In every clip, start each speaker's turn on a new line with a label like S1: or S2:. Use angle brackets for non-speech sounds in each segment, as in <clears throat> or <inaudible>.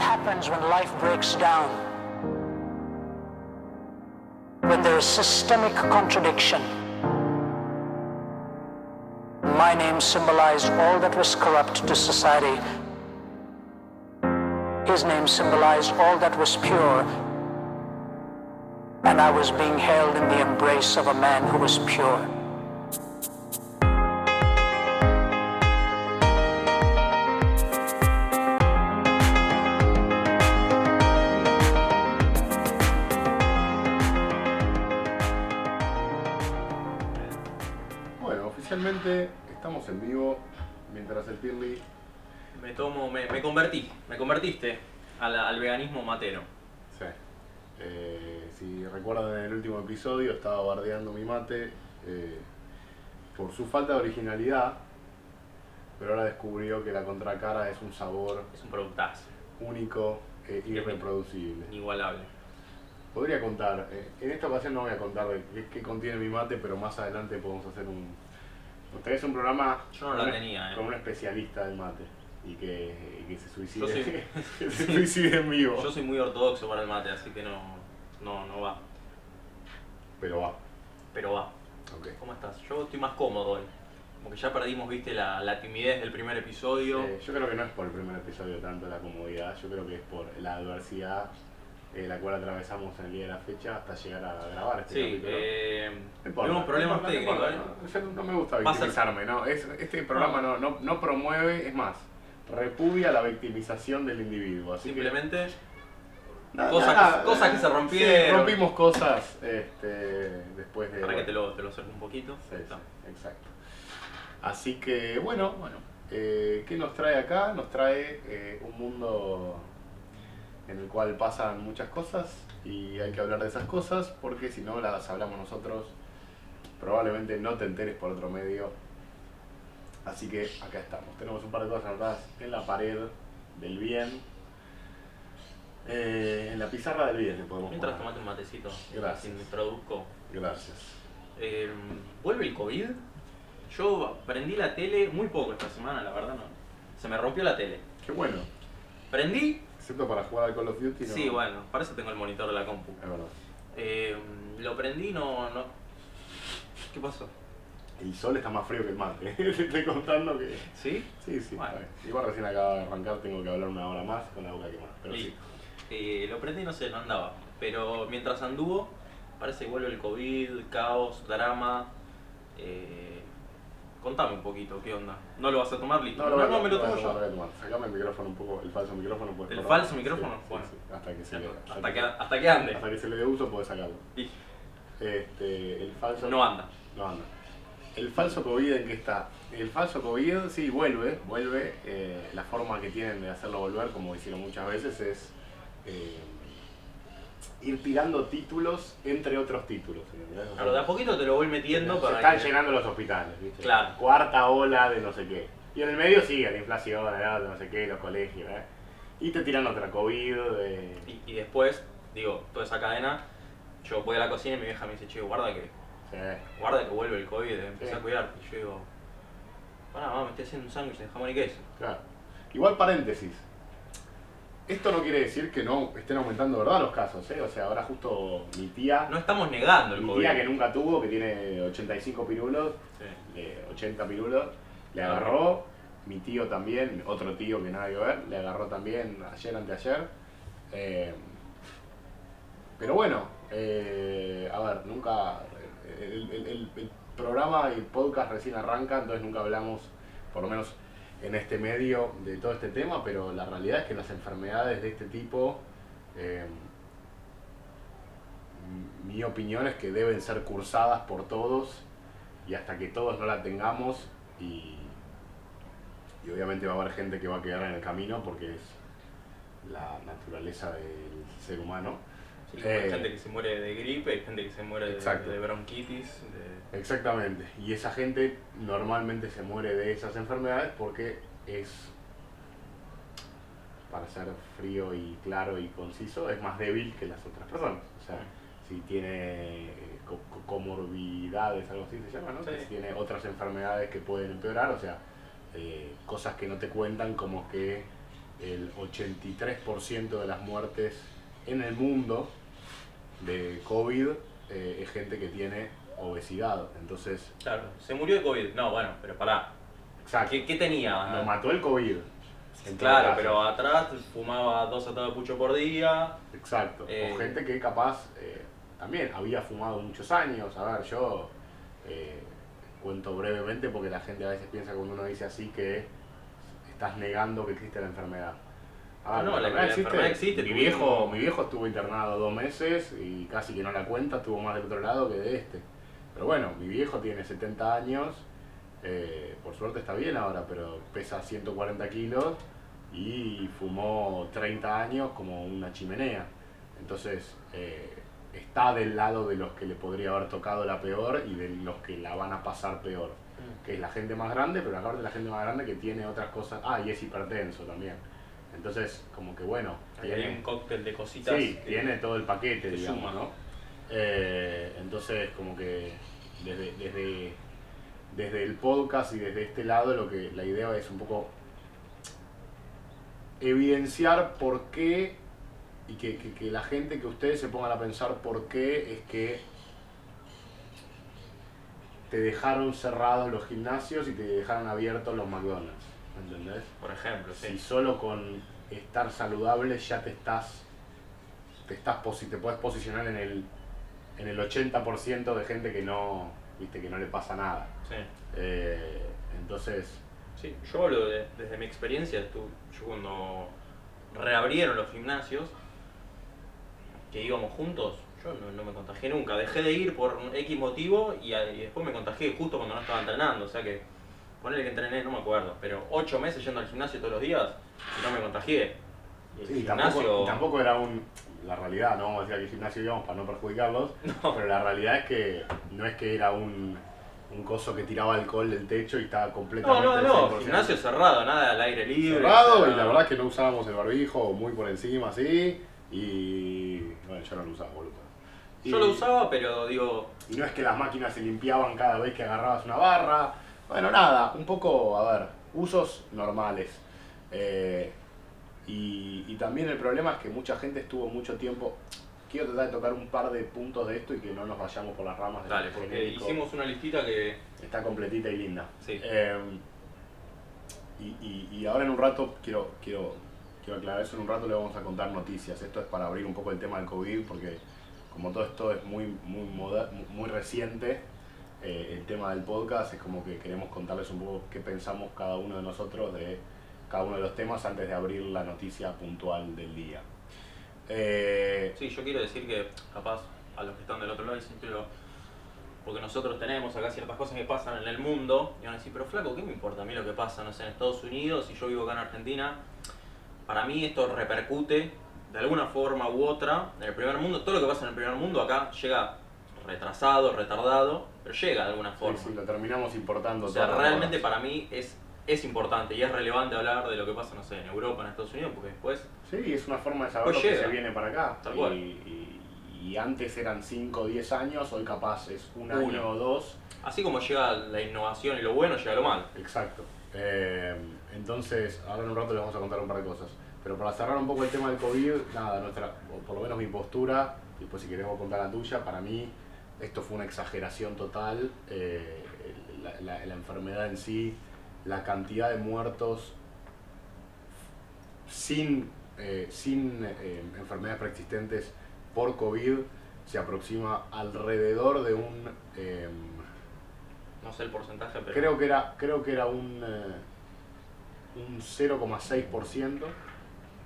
S1: happens when life breaks down, when there is systemic contradiction. My name symbolized all that was corrupt to society. His name symbolized all that was pure. And I was being held in the embrace of a man who was pure.
S2: Bueno, oficialmente estamos en vivo mientras el Pirli.
S3: Me tomo, me, me convertí, me convertiste al, al veganismo matero.
S2: Sí. Eh, si recuerdan en el último episodio estaba bardeando mi mate eh, por su falta de originalidad, pero ahora descubrió que la contracara es un sabor
S3: Es un productazo,
S2: único e irreproducible.
S3: inigualable.
S2: Podría contar, eh, en esta ocasión no voy a contar de qué, qué contiene mi mate, pero más adelante podemos hacer un... Ustedes un programa
S3: Yo no
S2: con
S3: la
S2: un-
S3: tenía, eh.
S2: con un especialista del mate y que, y que se suicide,
S3: Yo soy-
S2: <laughs>
S3: <laughs>
S2: que se suicide en vivo.
S3: Yo soy muy ortodoxo para el mate, así que no, no, no va.
S2: Pero va,
S3: Pero va.
S2: ok.
S3: ¿Cómo estás? Yo estoy más cómodo hoy. Como que ya perdimos, viste, la, la timidez del primer episodio.
S2: Eh, yo creo que no es por el primer episodio tanto la comodidad, yo creo que es por la adversidad eh, la cual atravesamos en el día de la fecha hasta llegar a grabar este
S3: Sí,
S2: capítulo.
S3: eh,
S2: No importa,
S3: tuvimos problemas
S2: no importa, no
S3: técnicos,
S2: importa,
S3: ¿eh?
S2: no, yo no me gusta
S3: Pasa-
S2: victimizarme, ¿no? Es- este programa no, no, no promueve, es más, repudia la victimización del individuo. Así
S3: Simplemente
S2: que, nada,
S3: cosas que-
S2: nada, eh,
S3: cosas que se
S2: sí,
S3: rompieron.
S2: rompimos cosas este, después de...
S3: para que
S2: bueno,
S3: te lo, te lo acerque un poquito.
S2: Sí,
S3: Está.
S2: sí, exacto. Así que, bueno, bueno. eh, ¿Qué nos trae acá? Nos trae eh, un mundo en el cual pasan muchas cosas y hay que hablar de esas cosas porque si no las hablamos nosotros, probablemente no te enteres por otro medio. Así que acá estamos. Tenemos un par de cosas anotadas en la pared del bien. Eh, en la pizarra del bien le podemos
S3: Mientras
S2: poner.
S3: tomate un matecito,
S2: Gracias.
S3: si me introduzco.
S2: Gracias.
S3: Eh, ¿Vuelve el COVID? Yo prendí la tele muy poco esta semana, la verdad no. Se me rompió la tele.
S2: Qué bueno.
S3: Prendí,
S2: Excepto para jugar al Call of Duty. no-
S3: sí, bueno, para eso tengo el monitor de la compu.
S2: Es verdad.
S3: Eh, lo prendí, no, no. ¿Qué pasó?
S2: El sol está más frío que <laughs> el mate. Te estoy contando que.
S3: ¿Sí?
S2: Sí, sí.
S3: Bueno.
S2: está bien. Igual recién acaba de arrancar, tengo que hablar una hora más con la boca quemada. Pero sí.
S3: Listo. Eh, lo prendí, no sé, no andaba. Pero mientras anduvo, parece que vuelve el COVID, caos, drama. Eh, contame un poquito, ¿qué onda? ¿No lo vas a tomar listo?
S2: voy a
S3: me lo
S2: tomar,
S3: tomo
S2: no lo
S3: yo.
S2: voy a tomar. Sacame el micrófono un poco, el falso micrófono. pues, puedes
S3: ¿El
S2: cortar.
S3: falso micrófono? Bueno.
S2: Hasta que se le,
S3: Hasta que, hasta que ande.
S2: hasta que se le dé uso, puedes sacarlo.
S3: Y
S2: Este, el falso.
S3: no anda.
S2: No anda. El falso COVID en que está. El falso COVID, sí, vuelve, vuelve. Eh, la forma que tienen de hacerlo volver, como hicieron muchas veces, es eh, ir tirando títulos entre otros títulos. ¿entendés? O sea,
S3: Claro, de a poquito te lo voy metiendo
S2: se
S3: para
S2: están
S3: que-
S2: llenando los hospitales, ¿viste?
S3: Claro.
S2: Cuarta ola de no sé qué. Y en el medio sigue la inflación, la de no sé qué, los colegios, ¿eh? Y te tiran otra COVID. eh,
S3: y, y después, digo, toda esa cadena, yo voy a la cocina y mi vieja me dice, che, guarda que,
S2: o sea,
S3: guarda que vuelve el COVID, eh, empecé
S2: Sí.
S3: a cuidarte. Y yo digo, pará, mamá, me estoy haciendo un sándwich de jamón y queso.
S2: Claro. Igual paréntesis. Esto no quiere decir que no estén aumentando, ¿verdad? Los casos, ¿eh? O sea, ahora justo mi tía,
S3: No estamos negando el
S2: mi
S3: COVID.
S2: tía que nunca tuvo, que tiene 85 pirulos,
S3: Sí.
S2: eh, 80 pirulos, le agarró. Mi tío también, otro tío que nada que ver, le agarró también ayer, anteayer. Eh, pero bueno, eh, a ver, nunca. El, el- el- el programa y podcast recién arranca, entonces nunca hablamos, por lo menos en este medio, de todo este tema, pero la realidad es que las enfermedades de este tipo. eh, mi opinión es que deben ser cursadas por todos y hasta que todos no la tengamos y, y obviamente va a haber gente que va a quedar en el camino porque es la naturaleza del ser humano.
S3: Sí,
S2: Eh.
S3: Hay gente que se muere de gripe, hay gente que se muere de,
S2: Exacto.
S3: de bronquitis, de-
S2: Exactamente. Y esa gente normalmente se muere de esas enfermedades porque es, para ser frío y claro y conciso, es más débil que las otras personas. O sea, si tiene eh, co- co- comorbidades, algo así se llama, ¿no?
S3: Sí.
S2: Que Si tiene otras enfermedades que pueden empeorar, o sea, eh, cosas que no te cuentan como que el 83% de las muertes en el mundo de COVID eh, es gente que tiene obesidad. Entonces,
S3: Claro, se murió de COVID. No, bueno, pero pará.
S2: exacto,
S3: ¿Qué, qué tenía?
S2: lo mató el COVID. en todo
S3: Claro,
S2: caso.
S3: pero atrás fumaba dos atados de pucho por día.
S2: Exacto.
S3: Eh,
S2: o gente que capaz eh, también había fumado muchos años. A ver, yo eh, cuento brevemente porque la gente a veces piensa cuando uno dice así que estás negando que existe la enfermedad. A
S3: Ah, no, la- la enfermedad existe,
S2: Mi
S3: tu-
S2: viejo, mi viejo estuvo internado dos meses y casi que no la cuenta, estuvo más del otro lado que de este. Pero bueno, mi viejo tiene 70 años, eh, por suerte está bien ahora, pero pesa 140 kilos y fumó 30 años como una chimenea. Entonces, eh, está del lado de los que le podría haber tocado la peor y de los que la van a pasar peor.
S3: Mm.
S2: Que es la gente más grande, pero aparte la gente más grande que tiene otras cosas. Ah, y es hipertenso también. Entonces, como que bueno,
S3: Ahí Hay un
S2: tiene,
S3: cóctel de cositas.
S2: sí,
S3: que-
S2: tiene todo el paquete,
S3: que
S2: digamos,
S3: suma.
S2: ¿no? Eh, entonces, como que desde, desde, desde el podcast y desde este lado, lo que la idea es un poco evidenciar por qué y que, que- que la gente que ustedes se pongan a pensar por qué es que te dejaron cerrados los gimnasios y te dejaron abiertos los McDonald's, ¿entendés?
S3: Por ejemplo,
S2: Si
S3: sí.
S2: solo con estar saludable ya te estás. Te estás posi- te puedes posicionar en el. en el 80% de gente que no. viste, que no le pasa nada.
S3: sí.
S2: Eh, entonces.
S3: Sí, yo hablo de- desde mi experiencia. tú- yo cuando reabrieron los gimnasios, que íbamos juntos, yo no, no me contagié nunca. Dejé de ir por un X motivo y, a- y después me contagié justo cuando no estaba entrenando. O sea que, ponele que entrené, no me acuerdo, pero ocho meses yendo al gimnasio todos los días y no me contagié. Y el
S2: sí,
S3: gimnasio,
S2: tampoco, y tampoco era un. la realidad, no vamos a decir aquí el gimnasio íbamos para no
S3: <laughs>
S2: perjudicarlos. Pero la realidad es que no es que era un. un coso que tiraba alcohol del techo y estaba
S3: No,
S2: completamente.
S3: no,
S2: al
S3: no,
S2: 100%
S3: gimnasio cerrado, nada al aire libre.
S2: cerrado y
S3: nada.
S2: la verdad es que no usábamos el barbijo muy por encima así y bueno yo no lo usaba boludo
S3: Yo
S2: Y-
S3: lo usaba, pero digo,
S2: y no es que las máquinas se limpiaban cada vez que agarrabas una barra bueno nada un poco a ver usos normales Eh, y, y también el problema es que mucha gente estuvo mucho tiempo quiero tratar de tocar un par de puntos de esto y que no nos vayamos por las ramas de
S3: dale,
S2: lo
S3: porque
S2: genérico.
S3: hicimos una listita que.
S2: Está completita y linda.
S3: Sí.
S2: Eh, y, y- y ahora en un rato, quiero, quiero, quiero aclarar eso, en un rato le vamos a contar noticias. Esto es para abrir un poco el tema del COVID, porque como todo esto es muy, muy, moda- muy reciente, eh, el tema del podcast es como que queremos contarles un poco qué pensamos cada uno de nosotros de cada uno de los temas antes de abrir la noticia puntual del día. Eh,
S3: Sí, yo quiero decir que capaz a los que están del otro lado dicen, pero porque nosotros tenemos acá ciertas cosas que pasan en el mundo, y van a decir, pero flaco, ¿qué me importa a mí lo que pasa? No sé, en Estados Unidos, y yo vivo acá en Argentina, para mí esto repercute de alguna forma u otra en el primer mundo, todo lo que pasa en el primer mundo acá llega retrasado, retardado, pero llega de alguna
S2: sí,
S3: forma.
S2: sí, lo terminamos importando.
S3: O sea,
S2: todas las
S3: realmente
S2: horas.
S3: para mí es, es importante y es relevante hablar de lo que pasa, no sé, en Europa, en Estados Unidos, porque después
S2: Sí, es una forma de saber
S3: Pues
S2: lo que
S3: llega.
S2: se viene para acá.
S3: Tal
S2: y,
S3: cual.
S2: y- y antes eran 5 o 10 años, hoy capaz es un
S3: Uno.
S2: año o dos.
S3: Así como llega la innovación y lo bueno, llega lo malo.
S2: Exacto. Eh, entonces, ahora en un rato les vamos a contar un par de cosas. Pero para cerrar un poco el tema del COVID, nada, nuestra, o por lo menos mi postura, y después si queremos contar la tuya, para mí esto fue una exageración total. eh, la, la- la enfermedad en sí, la cantidad de muertos sin, eh, sin eh, enfermedades preexistentes por COVID se aproxima alrededor de un... em,
S3: No sé el porcentaje, pero.
S2: Creo que era, creo que era un, eh, un 0,6%,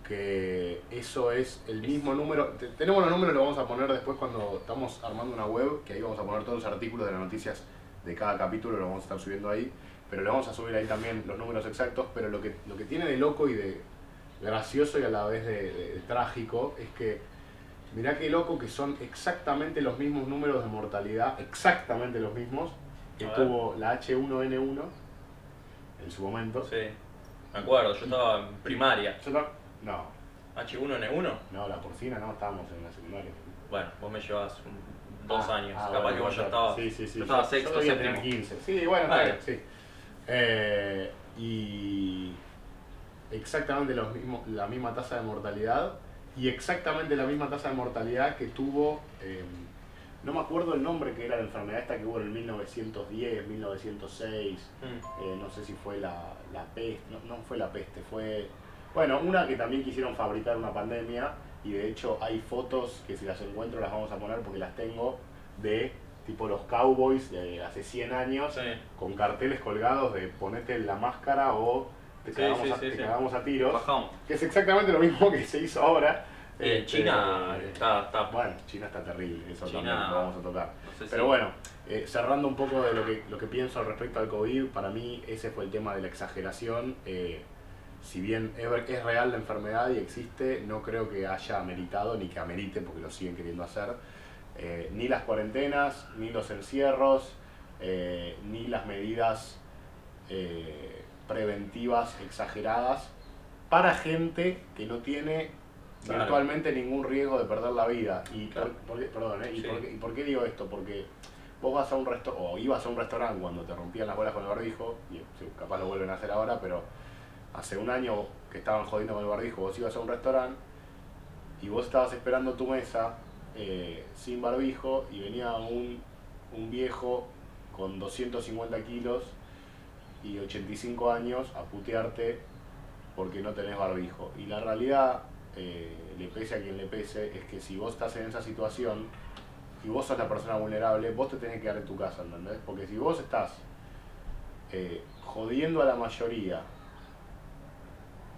S2: que eso es el mismo número. Te- tenemos los números, lo vamos a poner después cuando estamos armando una web, que ahí vamos a poner todos los artículos de las noticias de cada capítulo, lo vamos a estar subiendo ahí, pero lo vamos a subir ahí también los números exactos, pero lo que, lo que tiene de loco y de gracioso y a la vez de, de- de trágico es que mirá qué loco que son exactamente los mismos números de mortalidad, exactamente los mismos que
S3: A ver.
S2: tuvo la H1N1 en su momento.
S3: Sí. Me acuerdo, yo estaba en primaria.
S2: Yo no, no,
S3: H1N1.
S2: no, la porcina no, estábamos en la secundaria.
S3: Bueno, vos me llevas un- dos
S2: Ah,
S3: años.
S2: ah,
S3: Capaz
S2: bueno,
S3: que vos
S2: claro.
S3: ya estabas.
S2: Sí, sí, sí.
S3: Yo estaba
S2: Yo-
S3: sexto,
S2: yo debía tener
S3: séptimo.
S2: 15. Sí, bueno, está
S3: Vale.
S2: bien, sí. Eh, y, exactamente los mismos, la misma tasa de mortalidad y exactamente la misma tasa de mortalidad que tuvo, eh, no me acuerdo el nombre que era la enfermedad esta que hubo en 1910, 1906,
S3: Mm.
S2: eh, no sé si fue la, la peste, no, no fue la peste, fue, bueno, una que también quisieron fabricar una pandemia y de hecho hay fotos que si las encuentro las vamos a poner porque las tengo de tipo los cowboys de hace 100 años
S3: Sí.
S2: con carteles colgados de ponete la máscara o te
S3: Sí,
S2: cagamos,
S3: sí,
S2: a,
S3: sí,
S2: te
S3: sí.
S2: cagamos a tiros.
S3: Bajamos.
S2: Que es exactamente lo mismo que se hizo ahora.
S3: Y en
S2: Este,
S3: Eh, China está, está-
S2: Bueno, China está terrible, eso
S3: China-
S2: también lo vamos a tocar.
S3: no sé si-
S2: Pero bueno, eh, cerrando un poco de lo que, lo que pienso al respecto al COVID, para mí ese fue el tema de la exageración. eh, si bien es, ver- es real la enfermedad y existe, no creo que haya ameritado ni que amerite, porque lo siguen queriendo hacer, eh, ni las cuarentenas, ni los encierros, eh, ni las medidas eh, preventivas exageradas para gente que no tiene
S3: Claro.
S2: virtualmente ningún riesgo de perder la vida. Y por-
S3: Claro.
S2: por qué- perdón, ¿eh? ¿Y,
S3: Sí.
S2: por qué, y por qué digo esto? Porque vos vas a un resto o ibas a un restaurante cuando te rompían las bolas con el barbijo, y sí, capaz lo vuelven a hacer ahora, pero hace un año vos que estaban jodiendo con el barbijo, vos ibas a un restaurante y vos estabas esperando tu mesa eh, sin barbijo y venía un, un viejo con 250 kilos y 85 años a putearte porque no tenés barbijo. Y la realidad, eh, le pese a quien le pese, es que si vos estás en esa situación y vos sos la persona vulnerable, vos te tenés que quedar en tu casa, ¿entendés? Porque si vos estás eh, jodiendo a la mayoría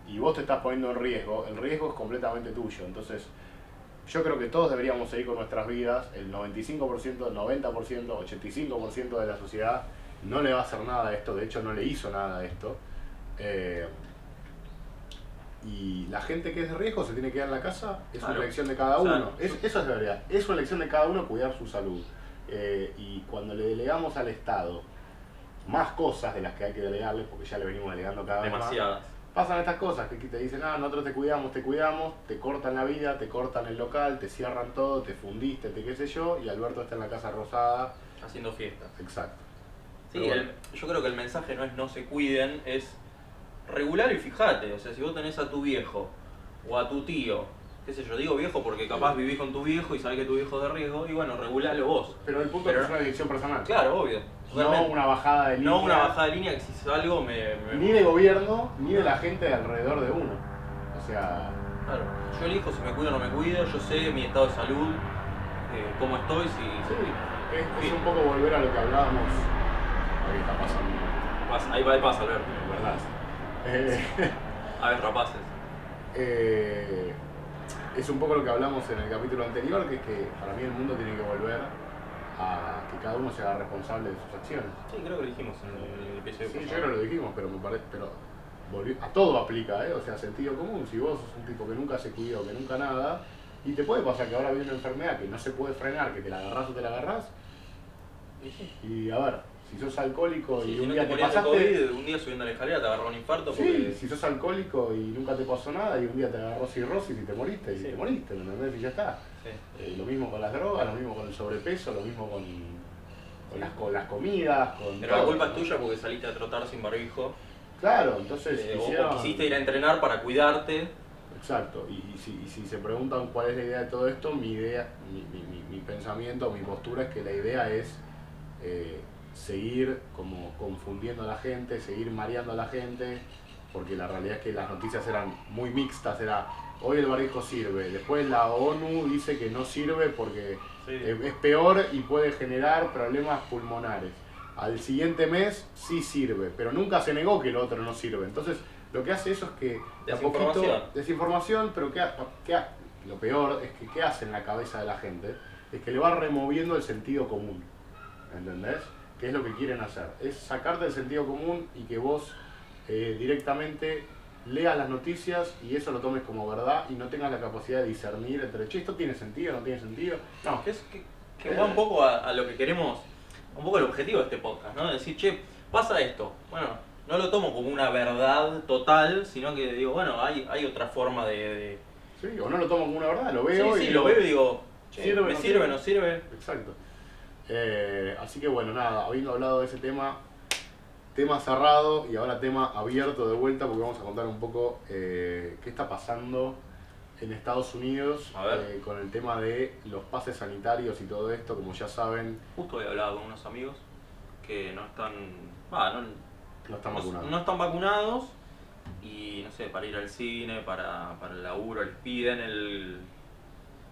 S2: y vos te estás poniendo en riesgo, el riesgo es completamente tuyo. Entonces, yo creo que todos deberíamos seguir con nuestras vidas. El 95%, el 90%, 85% de la sociedad no le va a hacer nada a esto. De hecho, no le hizo nada a esto. Eh, y la gente que es de riesgo se tiene que quedar en la casa. Es
S3: Claro.
S2: una elección de cada
S3: O sea,
S2: uno. Es- eso es la verdad. Es una elección de cada uno cuidar su salud. Eh, y cuando le delegamos al Estado más cosas de las que hay que delegarles, porque ya le venimos delegando cada vez más
S3: demasiadas.
S2: pasan estas cosas, que te dicen, ah, nosotros te cuidamos, te cuidamos, te cortan la vida, te cortan el local, te cierran todo, te fundiste, te qué sé yo, y Alberto está en la Casa Rosada.
S3: Haciendo fiestas.
S2: Exacto.
S3: Sí,
S2: Pero
S3: el- yo creo que el mensaje no es no se cuiden, es regular y fíjate. O sea, si vos tenés a tu viejo o a tu tío, qué sé yo, digo viejo porque capaz vivís con tu viejo y sabés que tu viejo es de riesgo, y bueno, regulalo vos.
S2: Pero el punto
S3: Pero-
S2: es que es una elección personal.
S3: Claro, obvio.
S2: No
S3: Realmente.
S2: una bajada de línea,
S3: No una bajada de línea que si salgo me. me-
S2: Ni de gobierno, ni de la gente de alrededor de uno. O sea,
S3: Claro. Yo elijo si me cuido o no me cuido, yo sé mi estado de salud, eh, cómo estoy,
S2: sí,
S3: si
S2: es, es un poco volver a lo que hablábamos. Ahí está pasando,
S3: pasa- ahí va el paso, Alberto.
S2: en verdad. Eh,
S3: A ver, rapaces.
S2: Eh, es un poco lo que hablamos en el capítulo anterior, que es que para mí el mundo tiene que volver a que cada uno sea responsable de sus acciones.
S3: Sí, creo que lo dijimos en el, en el episodio.
S2: Sí, yo
S3: pasado.
S2: creo que lo dijimos, pero me parece, pero volvi- a todo aplica, ¿eh? o sea, sentido común. Si vos sos un tipo que nunca se cuidó, que nunca nada, y te puede pasar que ahora viene una enfermedad que no se puede frenar, que te la agarrás o te la agarrás,
S3: Y sí.
S2: y a ver, si sos alcohólico
S3: Sí,
S2: y
S3: si
S2: un
S3: no te
S2: día te
S3: ponías el
S2: pasaste,
S3: COVID, un día subiendo la escalera te agarró un infarto
S2: Sí,
S3: porque.
S2: si sos alcohólico y nunca te pasó nada y un día te agarró cirrosis y te moriste, y
S3: Sí.
S2: te moriste, ¿me entendés? Y ya está.
S3: Sí.
S2: Eh, lo mismo con las drogas, lo mismo con el sobrepeso, lo mismo con, con, las, con las comidas, con
S3: Pero la
S2: todo,
S3: culpa es
S2: ¿no?
S3: tuya porque saliste a trotar sin barbijo.
S2: Claro, entonces
S3: eh, o-
S2: hicieron-
S3: o quisiste ir a entrenar para cuidarte.
S2: Exacto, y, y si, y si se preguntan cuál es la idea de todo esto, mi idea, mi, mi- mi- mi pensamiento, mi postura es que la idea es eh, seguir como confundiendo a la gente, seguir mareando a la gente, porque la realidad es que las noticias eran muy mixtas, era hoy el barbijo sirve, después la ONU dice que no sirve porque eh, es peor y puede generar problemas pulmonares. Al siguiente mes sí sirve, pero nunca se negó que el otro no sirve. Entonces, lo que hace eso es que de a poquito-
S3: Desinformación.
S2: desinformación, pero que, ha- que ha- lo peor es que qué hace en la cabeza de la gente es que le va removiendo el sentido común. ¿Entendés? Que es lo que quieren hacer. Es sacarte el sentido común y que vos eh, directamente leas las noticias y eso lo tomes como verdad y no tengas la capacidad de discernir entre, che, esto tiene sentido, no tiene sentido. No,
S3: Que, es, que, que va un poco a, a lo que queremos, un poco el objetivo de este podcast, ¿no? Decir, che, pasa esto. Bueno, no lo tomo como una verdad total, sino que digo, bueno, hay, hay otra forma de. de-
S2: sí, o no lo tomo como una verdad, lo veo
S3: sí,
S2: y
S3: sí, lo veo y digo, che,
S2: ¿sirve,
S3: ¿me
S2: no
S3: sirve
S2: sirve?
S3: no sirve?
S2: Exacto. Eh, así que bueno, nada, habiendo hablado de ese tema, tema cerrado y ahora tema abierto de vuelta porque vamos a contar un poco eh, qué está pasando en Estados Unidos
S3: A ver.
S2: eh, con el tema de los pases sanitarios y todo esto, como ya saben,
S3: Justo he hablado con unos amigos que no están. va, no,
S2: no están
S3: no-
S2: vacunados.
S3: no están vacunados y no sé, para ir al cine, para, para el laburo, les piden el,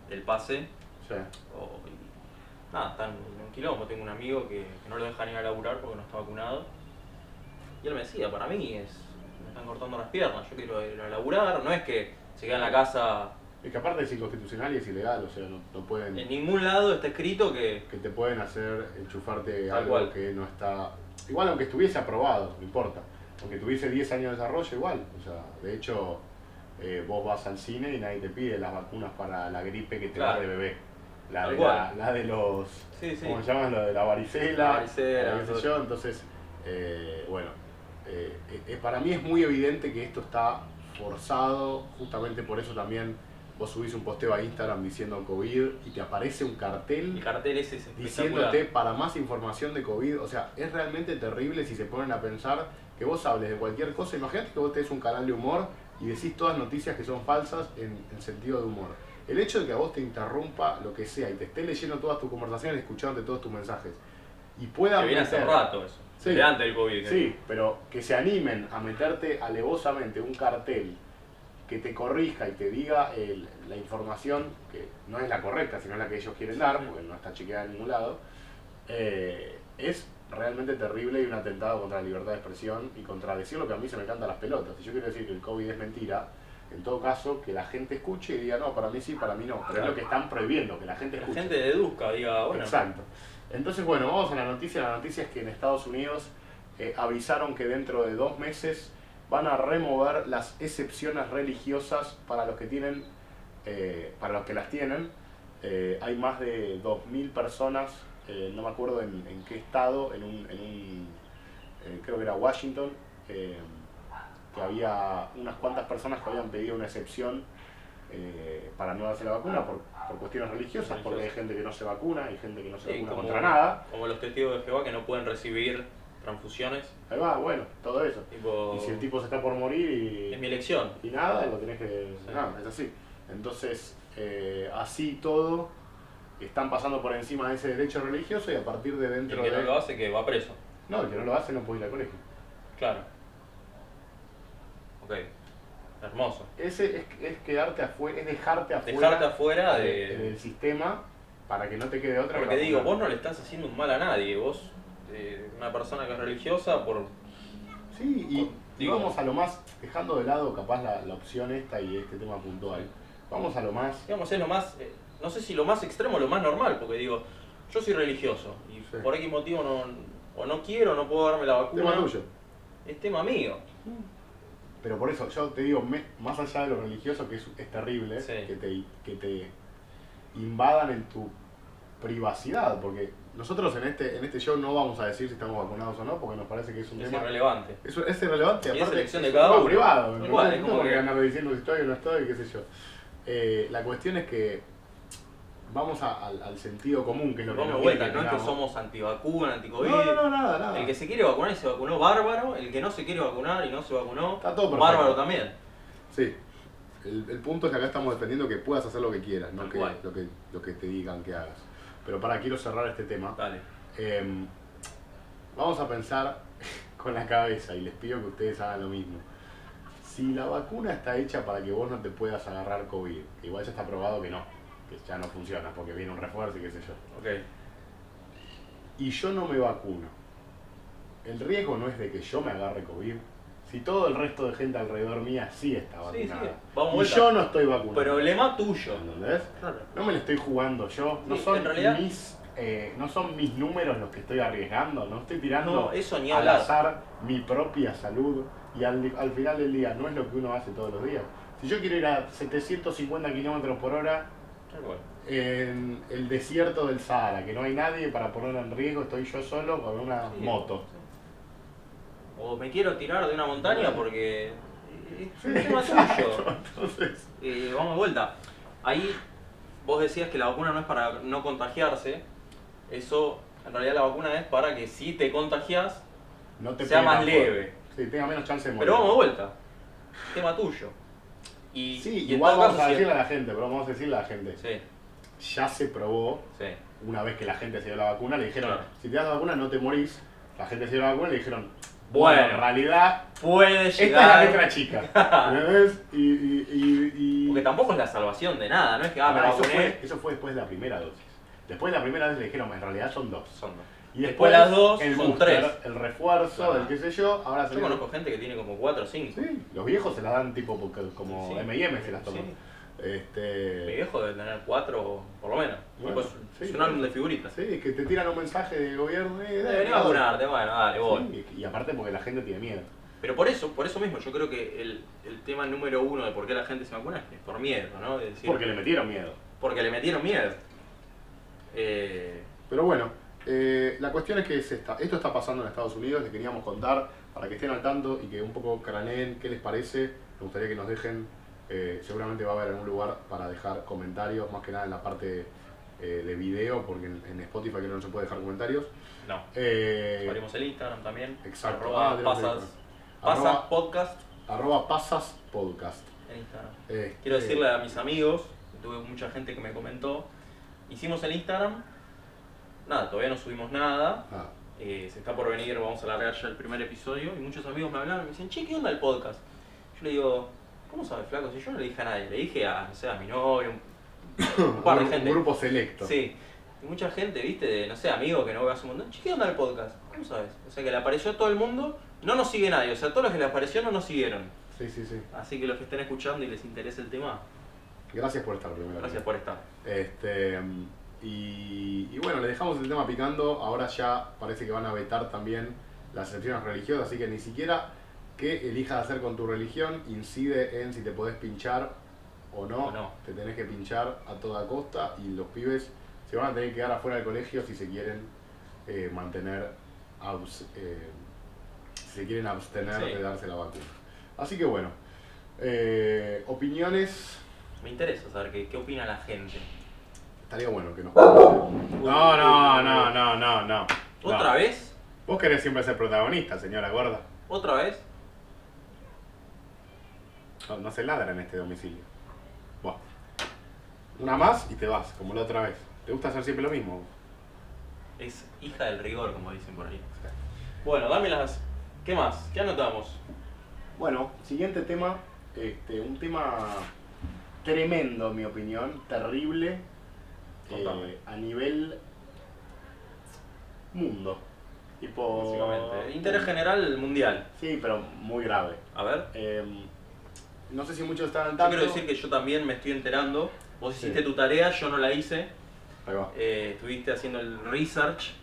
S3: el pase.
S2: Sí.
S3: o- y nada, están en un quilombo. Tengo un amigo que, que no lo dejan ir a laburar porque no está vacunado. Y él me decía, para mí es. me están cortando las piernas, yo quiero ir a laburar, no es que se queda en la casa.
S2: Es que aparte es inconstitucional y es ilegal, o sea, no, no pueden...
S3: En ningún lado está escrito que.
S2: que te pueden hacer enchufarte
S3: Tal
S2: algo
S3: cual.
S2: que no está. Igual aunque estuviese aprobado, no importa. Aunque tuviese 10 años de desarrollo, igual. O sea, de hecho, eh, vos vas al cine y nadie te pide las vacunas para la gripe que te da
S3: Claro.
S2: de bebé. La
S3: Tal
S2: de, la,
S3: cual.
S2: la de los.
S3: Sí, sí.
S2: ¿Cómo se llaman? La de la varicela.
S3: La varicela,
S2: o qué sé
S3: todo.
S2: yo. Entonces, eh, bueno. eh, eh, para mí es muy evidente que esto está forzado. Justamente por eso también vos subís un posteo a Instagram diciendo COVID y te aparece un cartel
S3: El cartel ese es espectacular.
S2: diciéndote para más información de COVID. O sea, es realmente terrible si se ponen a pensar que vos hables de cualquier cosa. Imagínate que vos tenés un canal de humor y decís todas noticias que son falsas en, en sentido de humor. El hecho de que a vos te interrumpa lo que sea y te esté leyendo todas tus conversaciones, escuchándote todos tus mensajes y pueda
S3: Que viene hace
S2: meter-
S3: rato eso.
S2: Sí.
S3: De antes del COVID.
S2: Sí, pero que se animen a meterte alevosamente un cartel que te corrija y te diga el- la información, que no es la correcta, sino la que ellos quieren dar, porque no está chequeada en ningún lado, eh, es realmente terrible y un atentado contra la libertad de expresión y contra decir lo que a mí se me canta las pelotas. Si yo quiero decir que el COVID es mentira, en todo caso, que la gente escuche y diga, no, para mí sí, para mí no. Pero es lo que están prohibiendo, que la gente
S3: Que La
S2: escuche.
S3: gente deduzca, diga, bueno.
S2: Exacto. Entonces, bueno, vamos a la noticia. La noticia es que en Estados Unidos eh, avisaron que dentro de dos meses van a remover las excepciones religiosas para los que tienen, eh, para los que las tienen. Eh, hay más de 2.000 personas, eh, no me acuerdo en, en qué estado, en un, en un, eh, creo que era Washington, eh, que había unas cuantas personas que habían pedido una excepción eh, para no darse la vacuna por, por cuestiones religiosas, porque hay gente que no se vacuna, hay gente que no se
S3: Sí,
S2: vacuna
S3: como-
S2: contra nada.
S3: Como los testigos de Jehová que no pueden recibir transfusiones.
S2: Ahí va, bueno, todo eso.
S3: Tipo,
S2: Y si el tipo se está por morir y...
S3: Es mi elección.
S2: y nada, lo tenés que. Nada, es así. Entonces, eh, así todo, están pasando por encima de ese derecho religioso y a partir de
S3: El que
S2: dentro de.
S3: no lo hace, que va preso.
S2: No, el que no lo hace no puede ir al colegio.
S3: Claro. Ok. Hermoso.
S2: Ese es, es quedarte afuera, es dejarte afuera,
S3: Dejarte afuera
S2: de-
S3: de.
S2: del sistema para que no te quede otra que
S3: Porque digo, vos
S2: vacunar.
S3: no le estás haciendo un mal a nadie. Vos, eh, una persona que es religiosa, por.
S2: Sí, y,
S3: Con-
S2: y
S3: digo-
S2: vamos a lo más, dejando de lado capaz la, la opción esta y este tema puntual. Vamos a lo más.
S3: Digamos, es lo más. eh, no sé si lo más extremo o lo más normal, porque digo, yo soy religioso. Y
S2: Sí.
S3: por X motivo no. O no quiero, no puedo darme la vacuna.
S2: Tema tuyo.
S3: Es tema mío.
S2: Pero por eso, yo te digo, me- más allá de lo religioso, que es, es terrible,
S3: Sí.
S2: que, te, que te invadan en tu privacidad, porque nosotros en este, en este show no vamos a decir si estamos vacunados o no, porque nos parece que es un
S3: Es
S2: tema...
S3: irrelevante.
S2: Es, es irrelevante,
S3: Y es
S2: aparte
S3: elección de
S2: un
S3: cada
S2: tema
S3: uno.
S2: privado, ¿me
S3: Igual,
S2: entendés?
S3: es
S2: No
S3: como
S2: porque
S3: que-
S2: andar diciendo si estoy o no estoy, qué sé yo. Eh, la cuestión es que vamos a- al, al sentido común, que es lo que
S3: Vamos
S2: nos
S3: vuelta,
S2: viene,
S3: no es que
S2: digamos.
S3: somos antivacuna, anticovid.
S2: No, no, no, nada, nada.
S3: El que se quiere vacunar y se vacunó, bárbaro. El que no se quiere vacunar y no se vacunó,
S2: Está todo perfecto.
S3: bárbaro también.
S2: Sí. El, el punto es que acá estamos defendiendo que puedas hacer lo que quieras, no
S3: Tal
S2: que,
S3: cual.
S2: lo, que, lo que te digan que hagas. Pero para, quiero cerrar este tema.
S3: Dale.
S2: Em, vamos a pensar <laughs> con la cabeza y les pido que ustedes hagan lo mismo. Si la vacuna está hecha para que vos no te puedas agarrar COVID, que igual ya está probado que no, que ya no funciona porque viene un refuerzo y qué sé yo,
S3: Ok.
S2: y yo no me vacuno, el riesgo no es de que yo me agarre COVID, si todo el resto de gente alrededor mía sí está
S3: Sí, sí.
S2: vacunada.
S3: Vamos
S2: y
S3: vuelta.
S2: yo no estoy vacunado.
S3: Problema tuyo.
S2: ¿Entendés?
S3: Claro.
S2: No me lo estoy jugando yo. No
S3: Sí,
S2: son
S3: en realidad-
S2: mis. eh, no son mis números los que estoy arriesgando, no estoy tirando
S3: Ah, No, eso ni
S2: al
S3: hablar.
S2: azar mi propia salud y al, al final del día no es lo que uno hace todos los días. Si yo quiero ir a 750 kilómetros por hora
S3: Tal cual.
S2: en el desierto del Sahara, que no hay nadie para poner en riesgo, estoy yo solo con una
S3: Sí.
S2: Ah, moto.
S3: O me quiero tirar de una montaña porque. Es
S2: <laughs>
S3: un tema
S2: Exacto,
S3: tuyo.
S2: Entonces,
S3: Eh, vamos de vuelta. Ahí vos decías que la vacuna no es para no contagiarse. Eso, en realidad la vacuna es para que si te contagias,
S2: no te
S4: sea
S2: pegue
S4: más
S2: tan
S4: leve.
S2: fuerte. Sí, tenga menos chance de morir.
S3: Pero vamos de vuelta. Tema tuyo. Y,
S2: Sí,
S3: y en
S2: igual
S3: todo
S2: vamos
S3: caso,
S2: a
S3: si-
S2: decirle a la gente, pero vamos a decirle a la gente.
S4: Sí,
S2: Ya se probó,
S4: sí.
S2: una vez que la gente se dio la vacuna, le dijeron,
S4: Claro.
S2: si te das la vacuna no te morís. La gente se dio la vacuna y le dijeron,
S4: Bueno.
S2: bueno, en realidad,
S4: Puede
S2: esta es la
S4: llegar.
S2: letra chica. ¿Entendés? Y, y, y, y-
S4: Porque tampoco es la salvación de nada, no es que, ah,
S2: Ah,
S4: me
S2: pero eso,
S4: vacuné.
S2: fue, eso fue después de la primera dosis. Después de la primera dosis le dijeron, en realidad son dos.
S4: Son dos.
S2: Y
S3: Después las dos
S2: el
S3: son tres.
S2: El refuerzo,
S4: Claro.
S2: el qué sé yo, ahora se
S3: Yo conozco gente que tiene como 4 o 5.
S2: Sí, los viejos se las dan tipo porque- como
S3: Sí.
S2: M&M se las toman.
S3: Sí. Mi
S2: Este,
S3: viejo debe tener 4 por lo menos.
S2: Bueno,
S3: Pues,
S2: sí,
S3: es un
S2: bueno.
S3: álbum de figuritas.
S2: sí, que te tiran un mensaje del gobierno. Eh, dale,
S4: Debería
S2: dale.
S4: vacunarte, bueno, dale, voy.
S2: Sí, y- y aparte porque la gente tiene miedo.
S3: Pero por eso, por eso mismo, yo creo que el, el tema número uno de por qué la gente se vacuna es por miedo, ¿no? Es decir,
S2: Porque le metieron miedo.
S3: porque le metieron miedo. Eh,
S2: Pero bueno, eh, la cuestión es que es esta. Esto está pasando en Estados Unidos, les queríamos contar para que estén al tanto y que un poco craneen qué les parece. Me gustaría que nos dejen, eh, seguramente va a haber algún lugar para dejar comentarios, más que nada en la parte eh, de video, porque en, en Spotify creo que no se puede dejar comentarios.
S3: no.
S2: Eh,
S3: Abrimos el Instagram también.
S2: exacto. Ah,
S3: Arroba
S2: tenemos el
S3: pasas, pasas
S2: arroba,
S3: podcast
S2: arroba pasas podcast.
S3: en Instagram.
S2: Eh,
S3: Quiero
S2: eh,
S3: decirle a mis amigos, tuve mucha gente que me comentó, hicimos el Instagram, nada, todavía no subimos nada,
S2: ah,
S3: eh, se está por venir, vamos a largar ya el primer episodio, y muchos amigos me hablaron y me dicen, che, ¿qué onda el podcast? Yo le digo, ¿cómo sabes, flaco? Si yo no le dije a nadie, le dije a, no sé, a mi novio,
S2: <coughs>
S3: un par de
S2: un,
S3: gente.
S2: grupo selecto.
S3: Sí. Y mucha gente, viste, de, no sé, amigos que no veas un montón. Che, ¿qué onda el podcast? ¿Cómo sabes? O sea, que le apareció a todo el mundo, no nos sigue nadie. O sea, todos los que le apareció no nos siguieron.
S2: sí, sí, sí.
S3: Así que los que estén escuchando y les interesa el tema,
S2: Gracias por estar primero.
S3: gracias por estar.
S2: Este, y, y bueno, le dejamos el tema picando. Ahora ya parece que van a vetar también las excepciones religiosas, así que ni siquiera qué elijas hacer con tu religión incide en si te podés pinchar o no.
S3: O no.
S2: Te tenés que pinchar a toda costa y los pibes se van a tener que quedar afuera del colegio si se quieren eh, mantener, abs- eh, si se quieren abstener
S3: Sí.
S2: de darse la vacuna. Así que bueno, eh, opiniones
S3: Me interesa saber qué, qué opina la gente.
S2: Estaría bueno que nos No, no, no, no, no, no.
S3: ¿Otra
S2: No.
S3: vez?
S2: Vos querés siempre ser protagonista, señora gorda.
S3: ¿Otra vez?
S2: No, no se ladra en este domicilio. Bueno. Una más y te vas, como la otra vez. ¿Te gusta hacer siempre lo mismo?
S3: Es hija del rigor, como dicen por ahí. Bueno, dame las... ¿Qué más? ¿Qué anotamos?
S2: Bueno, siguiente tema. Este, un tema tremendo, en mi opinión. Terrible. eh,
S4: Contame.
S2: a nivel mundo. Tipo.
S3: Básicamente. Oh. Interés general mundial.
S2: Sí, pero muy grave.
S3: A ver.
S2: Eh, no sé si muchos están al
S3: Yo
S2: tanto.
S3: quiero decir que yo también me estoy enterando. Vos
S2: Sí.
S3: hiciste tu tarea, yo no la hice.
S2: Ahí va.
S3: Eh, estuviste haciendo el research.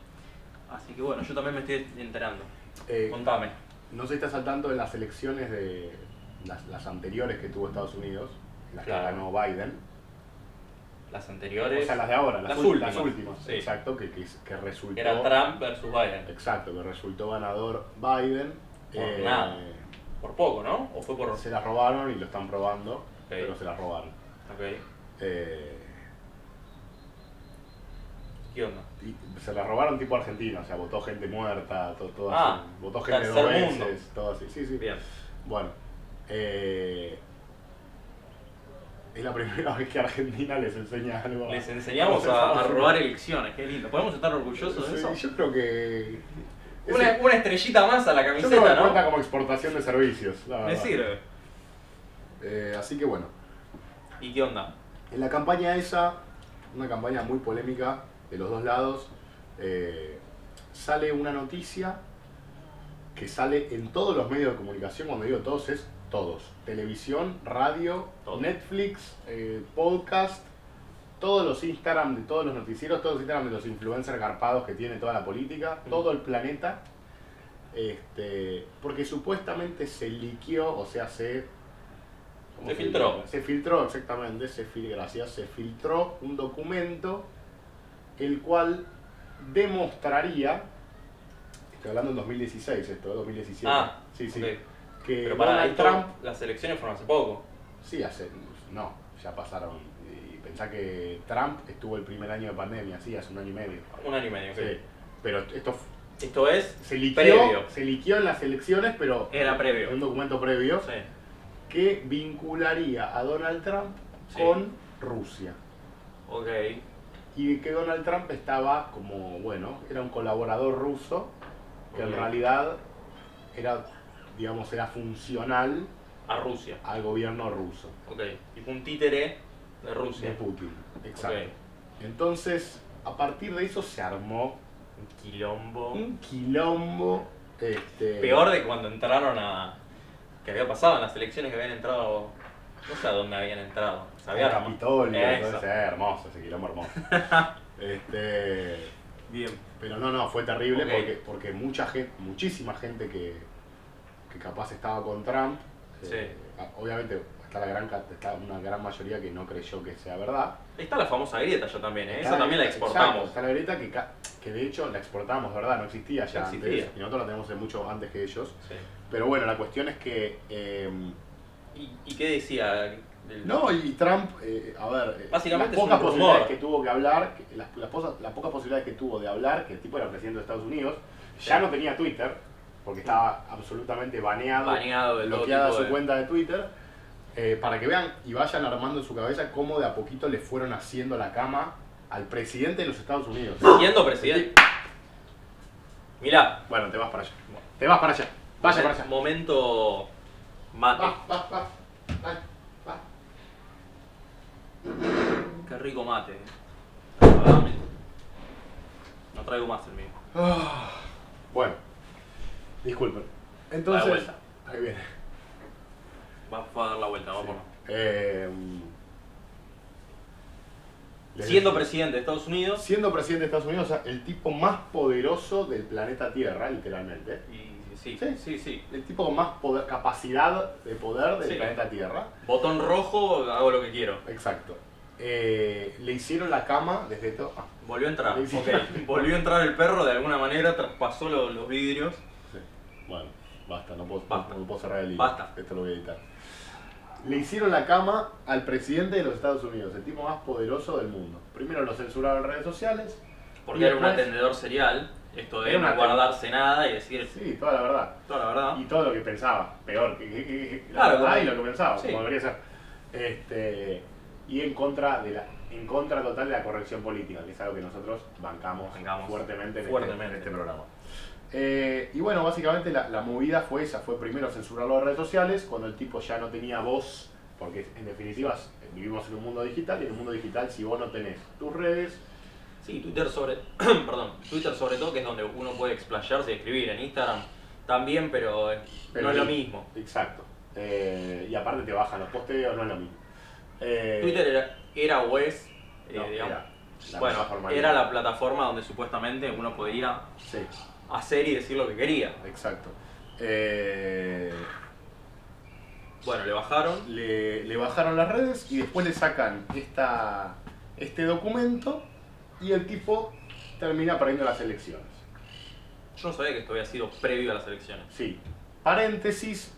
S3: Así que bueno, yo también me estoy enterando.
S2: Eh,
S3: Contame.
S2: no sé si estás al tanto de las elecciones de las, las anteriores que tuvo Estados Unidos, las
S3: Claro.
S2: que ganó Biden.
S3: Las
S2: O
S3: anteriores.
S2: sea, las de ahora, las,
S3: las
S2: ul- las últimas.
S3: últimas, sí.
S2: Exacto, que, que, que resultó.
S3: Era Trump versus Biden.
S2: Exacto, que resultó ganador Biden. Eh,
S3: Por nada. Por poco, ¿no? ¿O fue por.?
S2: Se las robaron y lo están probando, pero se las robaron.
S3: Ok.
S2: Eh,
S3: ¿Qué onda?
S2: y se las robaron tipo Argentina, o sea, votó gente muerta, todo, todo
S3: Ah,
S2: así. Votó gente dos
S3: tercer mundo.
S2: veces, todo así. Sí, sí.
S3: Bien.
S2: Bueno, eh, es la primera <laughs> vez que Argentina les enseña algo. a-
S3: Les enseñamos
S2: <laughs>
S3: a, a robar elecciones, qué lindo. ¿Podemos estar orgullosos de
S2: Sí,
S3: eso?
S2: Yo creo que.
S3: Una,
S2: Ese-
S3: una estrellita más a la
S2: yo creo que
S3: camiseta,
S2: cuenta
S3: ¿no?
S2: como exportación de servicios. La
S3: Me
S2: verdad.
S3: sirve.
S2: Eh, así que bueno,
S3: ¿Y qué onda?
S2: en la campaña esa, una campaña muy polémica de los dos lados, eh, sale una noticia que sale en todos los medios de comunicación, cuando digo todos es todos, televisión, radio,
S3: Todo.
S2: Netflix, eh, podcast, todos los Instagram de todos los noticieros, todos los Instagram de los influencers garpados que tiene toda la política,
S3: Mm.
S2: todo el planeta, este, porque supuestamente se liqueó, o sea, se... ¿cómo
S3: Se filtró.
S2: llama? Se filtró, exactamente, se fil, gracias, se filtró un documento el cual demostraría, estoy hablando en 2016 esto, 2017,
S3: Ah,
S2: sí, sí,
S3: Ok.
S2: que
S4: Pero para
S2: Donald Trump,
S4: Trump, las elecciones fueron hace poco.
S2: sí, hace, no, ya pasaron, y pensá que Trump estuvo el primer año de pandemia, sí, hace un año y medio,
S4: Un año y medio, ok.
S2: Sí, pero esto f-
S4: Esto es
S2: Se liquió,
S4: Previo.
S2: se liquió en las elecciones, pero
S3: Era previo.
S2: en un documento previo
S3: Sí.
S2: que vincularía a Donald Trump
S3: Sí.
S2: con Rusia.
S3: Ok.
S2: Y que Donald Trump estaba como, bueno, era un colaborador ruso, que en
S3: Ok.
S2: realidad era, digamos, era funcional
S3: A Rusia.
S2: al gobierno ruso,
S3: Ok. Y fue un títere de
S2: de
S3: Rusia.
S2: Putin.
S3: Ok.
S2: Exacto. Entonces, a partir de eso se armó
S4: un quilombo.
S2: un quilombo. Este,
S4: Peor de cuando entraron a. que había pasado en las elecciones que habían entrado. No sé a dónde habían entrado.
S2: Había
S4: Sabían. ¿no?
S2: Capitolio,
S4: Eso.
S2: entonces, eh, hermoso, ese quilombo
S4: <laughs>
S2: hermoso. este,
S3: Bien.
S2: pero no, no, fue terrible
S3: Ok.
S2: porque, porque mucha gente, muchísima gente que, que capaz estaba con Trump, eh,
S3: Sí.
S2: a- obviamente está, la gran, ca- está una gran mayoría que no creyó que sea verdad.
S4: Está la famosa grieta ya también, ¿eh? Esa
S2: Está-
S4: también la
S2: exacto,
S4: exportamos.
S2: está la grieta que, ca- que de hecho la exportamos, ¿verdad? No existía ya
S4: No
S2: antes.
S4: existía.
S2: Y nosotros la tenemos de mucho antes que ellos.
S4: Sí.
S2: Pero bueno, la cuestión es que... em,
S4: ¿Y, y qué decía? El-
S2: No, y Trump, eh, a ver, eh,
S4: Básicamente es
S2: las
S4: un
S2: pocas
S4: rumor.
S2: posibilidades que tuvo que hablar, que- las, las posa- las pocas posibilidades que tuvo de hablar, que el tipo era presidente de Estados Unidos, ya
S4: Sí.
S2: no tenía Twitter, porque estaba absolutamente baneado,
S3: Baneado de todo
S2: bloqueada
S3: tipo
S2: su
S3: de-
S2: cuenta de Twitter, eh, para que vean y vayan armando en su cabeza cómo de a poquito le fueron haciendo la cama al presidente de los Estados Unidos.
S4: Siendo presidente. Mirá.
S2: Bueno, te vas para allá. Te vas para allá. Vaya para allá.
S4: Momento. Mate.
S2: Va, va, va. Va, va.
S3: Qué rico mate. eh. Apagame. No traigo más el mío.
S2: Ah, Bueno, disculpen. Entonces,
S3: A la vuelta.
S2: ahí viene.
S3: Va fue a dar la vuelta, vamos.
S2: Eh, les
S3: Siendo
S2: decía-
S3: presidente de Estados Unidos
S2: Eh, siendo presidente de Estados Unidos, o sea, el tipo más poderoso del planeta Tierra, literalmente.
S3: y sí,
S2: Sí.
S3: sí, sí, sí.
S2: El tipo con más poder- capacidad de poder del
S3: Sí.
S2: planeta Tierra.
S3: Botón rojo, hago lo que quiero.
S2: Exacto. Eh, le hicieron la cama desde todo. ah,
S3: Volvió a entrar.
S2: Sí, sí.
S3: ok. Volvió a entrar el perro de alguna manera, traspasó lo- los vidrios.
S2: Sí. Bueno, basta, no puedo,
S3: Basta.
S2: no puedo cerrar el libro.
S3: Basta.
S2: Esto lo voy a editar. Le hicieron la cama al presidente de los Estados Unidos, el tipo más poderoso del mundo. Primero lo censuraron en redes sociales.
S3: Porque
S2: y
S3: era un
S2: después-
S3: atendedor serial. Esto de
S2: Era un
S3: no
S2: aten-
S3: guardarse nada y decir
S2: Sí, toda la verdad.
S3: toda la verdad.
S2: Y todo lo que pensaba, peor. que- que- que- que-
S3: Claro,
S2: la verdad
S3: como-
S2: y lo que pensaba,
S3: sí.
S2: como debería ser. Este, y en contra, de la, en contra total de la corrección política, que es algo que nosotros bancamos,
S3: Bancamos
S2: fuertemente, en este-
S4: fuertemente.
S2: en este programa. Eh, y bueno, básicamente la, la movida fue esa, fue primero censurarlo en redes sociales, cuando el tipo ya no tenía voz, porque en definitiva vivimos en un mundo digital, y en el mundo digital si vos no tenés tus redes,
S3: Sí, Twitter sobre. <clears throat> perdón, Twitter sobre todo, que es donde uno puede explayarse y escribir. En Instagram también, pero, eh,
S2: Pero
S3: no es lo
S2: sí.
S3: mismo.
S2: exacto. Eh, y aparte te bajan los posteos, no es lo mismo. Eh,
S3: Twitter era, era o es, eh,
S2: no,
S3: digamos.
S2: era la
S3: bueno,
S2: plataforma
S3: era
S2: libre.
S3: la plataforma donde supuestamente uno podía
S2: Sí.
S3: hacer y decir lo que quería.
S2: Exacto. Eh,
S3: Bueno, le bajaron.
S2: le, le bajaron las redes y después le sacan esta, este documento y el tipo termina perdiendo las elecciones.
S3: Yo no sabía que esto había sido previo a las elecciones.
S2: Sí. Paréntesis,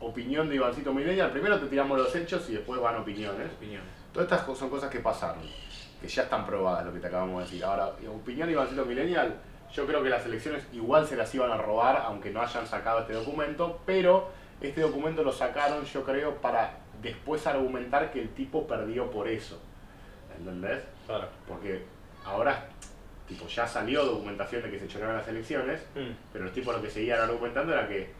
S2: opinión de Ivancito Millennial. Primero te tiramos los hechos y después van opiniones.
S3: Opiniones.
S2: Todas estas co- son cosas que pasaron, que ya están probadas, lo que te acabamos de decir. Ahora, opinión Ivancito Millennial, yo creo que las elecciones igual se las iban a robar, aunque no hayan sacado este documento, pero este documento lo sacaron, yo creo, para después argumentar que el tipo perdió por eso. ¿Entendés?
S4: Claro.
S2: Porque ahora, tipo, ya salió documentación de que se chocaron las elecciones,
S4: Mm.
S2: pero los tipos lo que seguían argumentando era que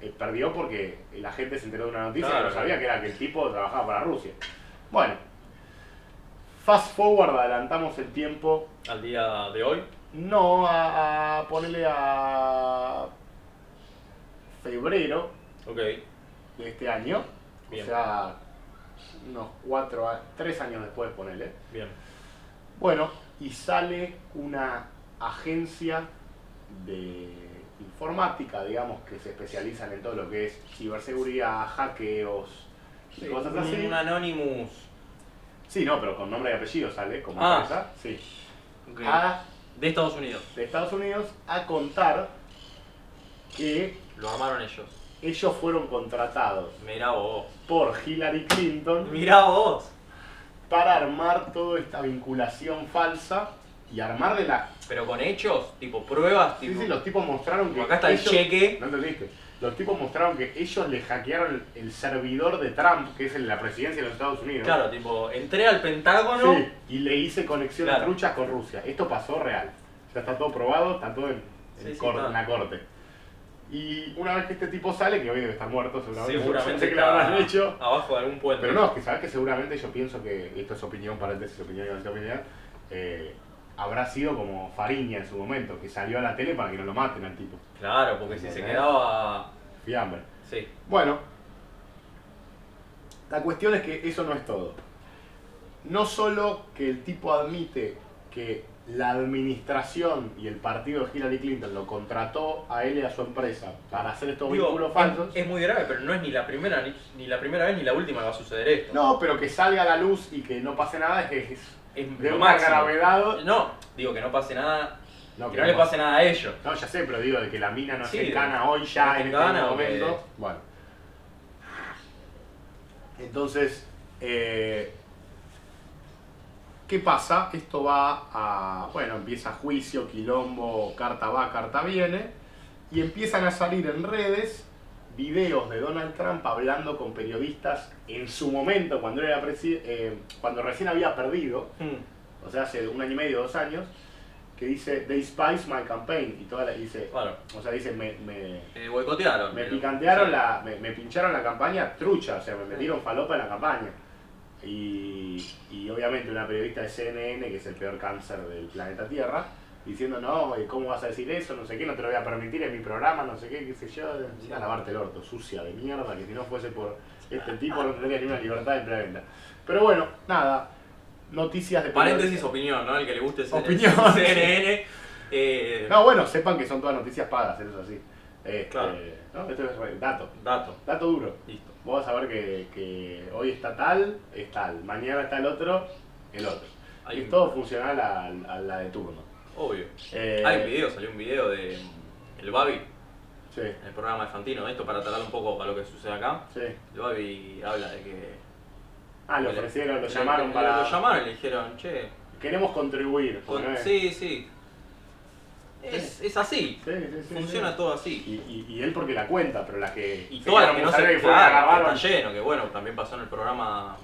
S2: eh, perdió porque la gente se enteró de una noticia
S4: Claro,
S2: que no sabía
S4: claro.
S2: que era que el tipo trabajaba para Rusia. Bueno, fast forward, adelantamos el tiempo,
S4: Al día de hoy.
S2: no a, a ponerle a febrero
S4: Ok.
S2: de este año,
S4: Bien.
S2: o sea, unos cuatro, a- tres años después, ponele.
S4: Bien.
S2: Bueno, y sale una agencia de informática, digamos, que se especializan en todo lo que es ciberseguridad, hackeos y cosas
S4: Un-
S2: así.
S4: Un Anonymous.
S2: Sí, no, pero con nombre y apellido sale, como
S4: Ah.
S2: empresa, sí.
S3: Ok.
S2: A,
S3: De Estados Unidos.
S2: de Estados Unidos a contar que
S3: Lo amaron ellos.
S2: ellos fueron contratados
S3: Mirá vos.
S2: por Hillary Clinton
S3: Mirá vos.
S2: para armar toda esta vinculación falsa y armar de la.
S4: Pero con hechos, tipo pruebas,
S2: Sí,
S4: tipo.
S2: sí, los tipos mostraron que.
S4: Acá está el
S2: ellos-
S4: cheque.
S2: No entendiste. Los tipos mostraron que ellos le hackearon el servidor de Trump, que es en la presidencia de los Estados Unidos.
S4: Claro, tipo, entré al Pentágono.
S2: Sí, y le hice conexión a
S4: Claro.
S2: truchas con Rusia. Esto pasó real. Ya está todo probado, está todo en, en
S4: Sí, sí,
S2: cor-
S4: está.
S2: en la corte. Y una vez que este tipo sale, que hoy debe estar muerto, seguramente,
S4: Seguramente
S2: pensé que lo habrán hecho.
S4: abajo de algún puente.
S2: Pero no, es que sabes que seguramente yo pienso que, y esto es opinión, paréntesis, opinión y no opinión, eh, habrá sido como Fariña en su momento, que salió a la tele para que no lo maten al tipo.
S4: Claro, porque si se
S2: ¿Entendés?
S4: quedaba.
S2: Fiambre.
S4: Sí.
S2: Bueno, la cuestión es que eso no es todo. No solo que el tipo admite que la administración y el partido de Hillary Clinton lo contrató a él y a su empresa para hacer estos
S4: Digo,
S2: vínculos
S4: es-
S2: falsos.
S4: Es, muy grave, pero no es ni la primera ni, ni la primera vez ni la última que va a suceder esto.
S2: No, pero que salga a la luz y que no pase nada es que es
S4: es
S2: de
S4: lo
S2: una
S4: máximo.
S2: gravedad.
S4: No, digo que no pase nada,
S2: No,
S4: que
S2: que
S4: no le pase nada a ellos.
S2: No, ya sé, pero digo de que la mina no
S4: Sí,
S2: se
S4: de-
S2: gana hoy ya
S4: no
S2: en
S4: se
S2: este
S4: gana, o
S2: momento.
S4: que-
S2: Bueno. Entonces, eh, ¿qué pasa? Esto va a. Bueno, empieza juicio, quilombo, carta va, carta viene. Y empiezan a salir en redes videos de Donald Trump hablando con periodistas en su momento, cuando, era presi- eh, cuando recién había perdido o sea, hace un año y medio, dos años, que dice, they spice my campaign, y toda la, dice,
S4: Claro.
S2: o sea, dice, me, me,
S3: Eh, boicotearon.
S2: me
S3: pero-
S2: picantearon
S3: sí.
S2: la, me, me pincharon la campaña trucha, o sea, me metieron falopa en la campaña. Y, y obviamente una periodista de CNN, que es el peor cáncer del planeta Tierra, diciendo, no, eh, ¿cómo vas a decir eso? No sé qué, no te lo voy a permitir en mi programa, no sé qué, qué sé yo. Anda a lavarte el orto, sucia de mierda, que si no fuese por este tipo no tendría ninguna libertad en planeta. Pero bueno, nada, noticias de
S3: Paréntesis, opinión, ¿no? El que le guste es
S2: Opinión.
S3: <laughs> CNN. eh,
S2: No, bueno, sepan que son todas noticias pagas, eso es así. Este,
S4: Claro.
S2: ¿no? Esto es re- dato.
S4: Dato.
S2: Dato duro.
S4: Listo.
S2: Vos vas a ver que, que hoy está tal, es tal. Mañana está el otro, el otro. y
S3: Hay un-
S2: todo funcional a, a la de turno.
S3: Obvio.
S2: Eh,
S3: Hay un video, salió un video de mm, el Babi,
S2: Sí,
S3: en el programa de Fantino, de esto para tratar un poco a lo que sucede acá.
S2: sí.
S3: El Babi habla de que.
S2: Ah, lo
S3: le-
S2: ofrecieron, lo
S3: le-
S2: llamaron
S3: le-
S2: para.
S3: Lo llamaron y le dijeron, che.
S2: Queremos contribuir.
S3: con-
S2: ¿no?
S3: Sí, sí. Es, es así.
S2: Sí, sí, sí,
S3: Funciona
S2: sí.
S3: todo así.
S2: Y, y- y él porque la cuenta, pero las que.
S3: Y
S2: se
S3: todas
S2: quedaron
S3: las que no
S2: con Sarri
S3: se
S2: pues y fueron,
S3: claro, que
S2: agarraron.
S3: está lleno, que bueno, también pasó en el programa.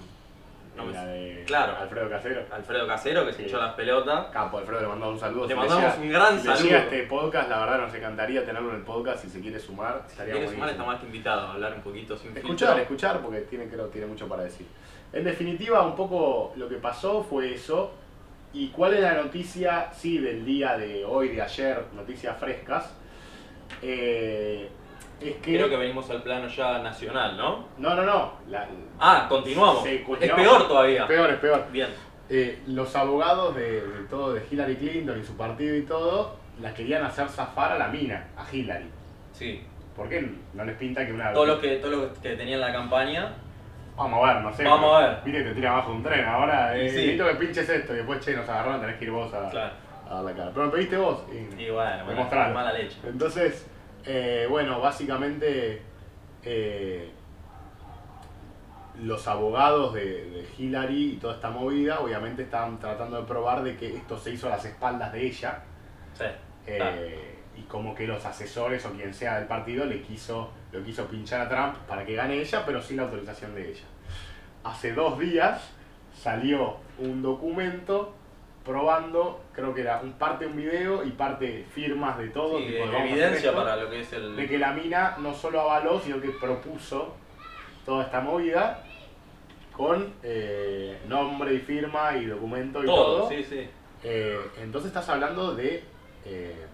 S3: No me-
S2: La de
S3: pues. Claro.
S2: Alfredo Casero.
S3: Alfredo Casero, que se
S2: Sí.
S3: hinchó las pelotas.
S2: Capo, Alfredo, le mandamos un saludo. Si
S3: Le mandamos
S2: llega-
S3: un gran
S2: si le
S3: saludo.
S2: llega este podcast, la verdad nos encantaría tenerlo en el podcast. Si se quiere sumar,
S3: Si
S2: estaría
S3: quieres sumar, está
S2: buenísimo.
S3: más que invitado a hablar un poquito sin
S2: Escuchar,
S3: filtro.
S2: escuchar, porque tiene, creo, tiene mucho para decir. En definitiva, un poco lo que pasó fue eso. ¿Y cuál es la noticia, sí, del día de hoy, de ayer, noticias frescas? Eh, es que...
S4: Creo que venimos al plano ya nacional, ¿no?
S2: No, no, no. la-
S4: Ah, continuamos.
S2: Sí,
S4: es
S2: continuamos.
S4: peor todavía.
S2: Es peor, es peor.
S4: Bien.
S2: Eh, los abogados de, de todo, de Hillary Clinton y su partido y todo, la querían hacer zafar a la mina, a Hillary.
S4: Sí.
S2: ¿Por qué no les pinta que una
S4: Todos los que, todos los que tenían la campaña.
S2: Vamos a ver, no sé.
S4: Vamos a ver.
S2: Viste, te tira abajo un tren. Ahora,
S4: Y
S2: eh,
S4: sí.
S2: necesito que pinches esto. Y después, che, nos agarraron, tenés que ir vos a,
S4: Claro.
S2: a dar la cara. Pero me pediste vos. Y,
S4: Y bueno,
S2: me
S4: bueno,
S2: mostraron.
S4: mala leche.
S2: Entonces, eh, bueno, básicamente eh, los abogados de, de Hillary y toda esta movida, obviamente estaban tratando de probar de que esto se hizo a las espaldas de ella.
S4: Sí.
S2: Eh,
S4: claro.
S2: Y como que los asesores o quien sea del partido le quiso, lo quiso pinchar a Trump para que gane ella, pero sin la autorización de ella. Hace dos días salió un documento probando, creo que era un parte un video y parte firmas de todo,
S4: Sí,
S2: tipo, de, "Vamos a hacer
S4: evidencia
S2: esto",
S4: para lo que es el.
S2: de que la mina no solo avaló, sino que propuso toda esta movida con eh, nombre y firma y documento y todo.
S4: todo, sí, sí.
S2: Eh, entonces estás hablando de eh,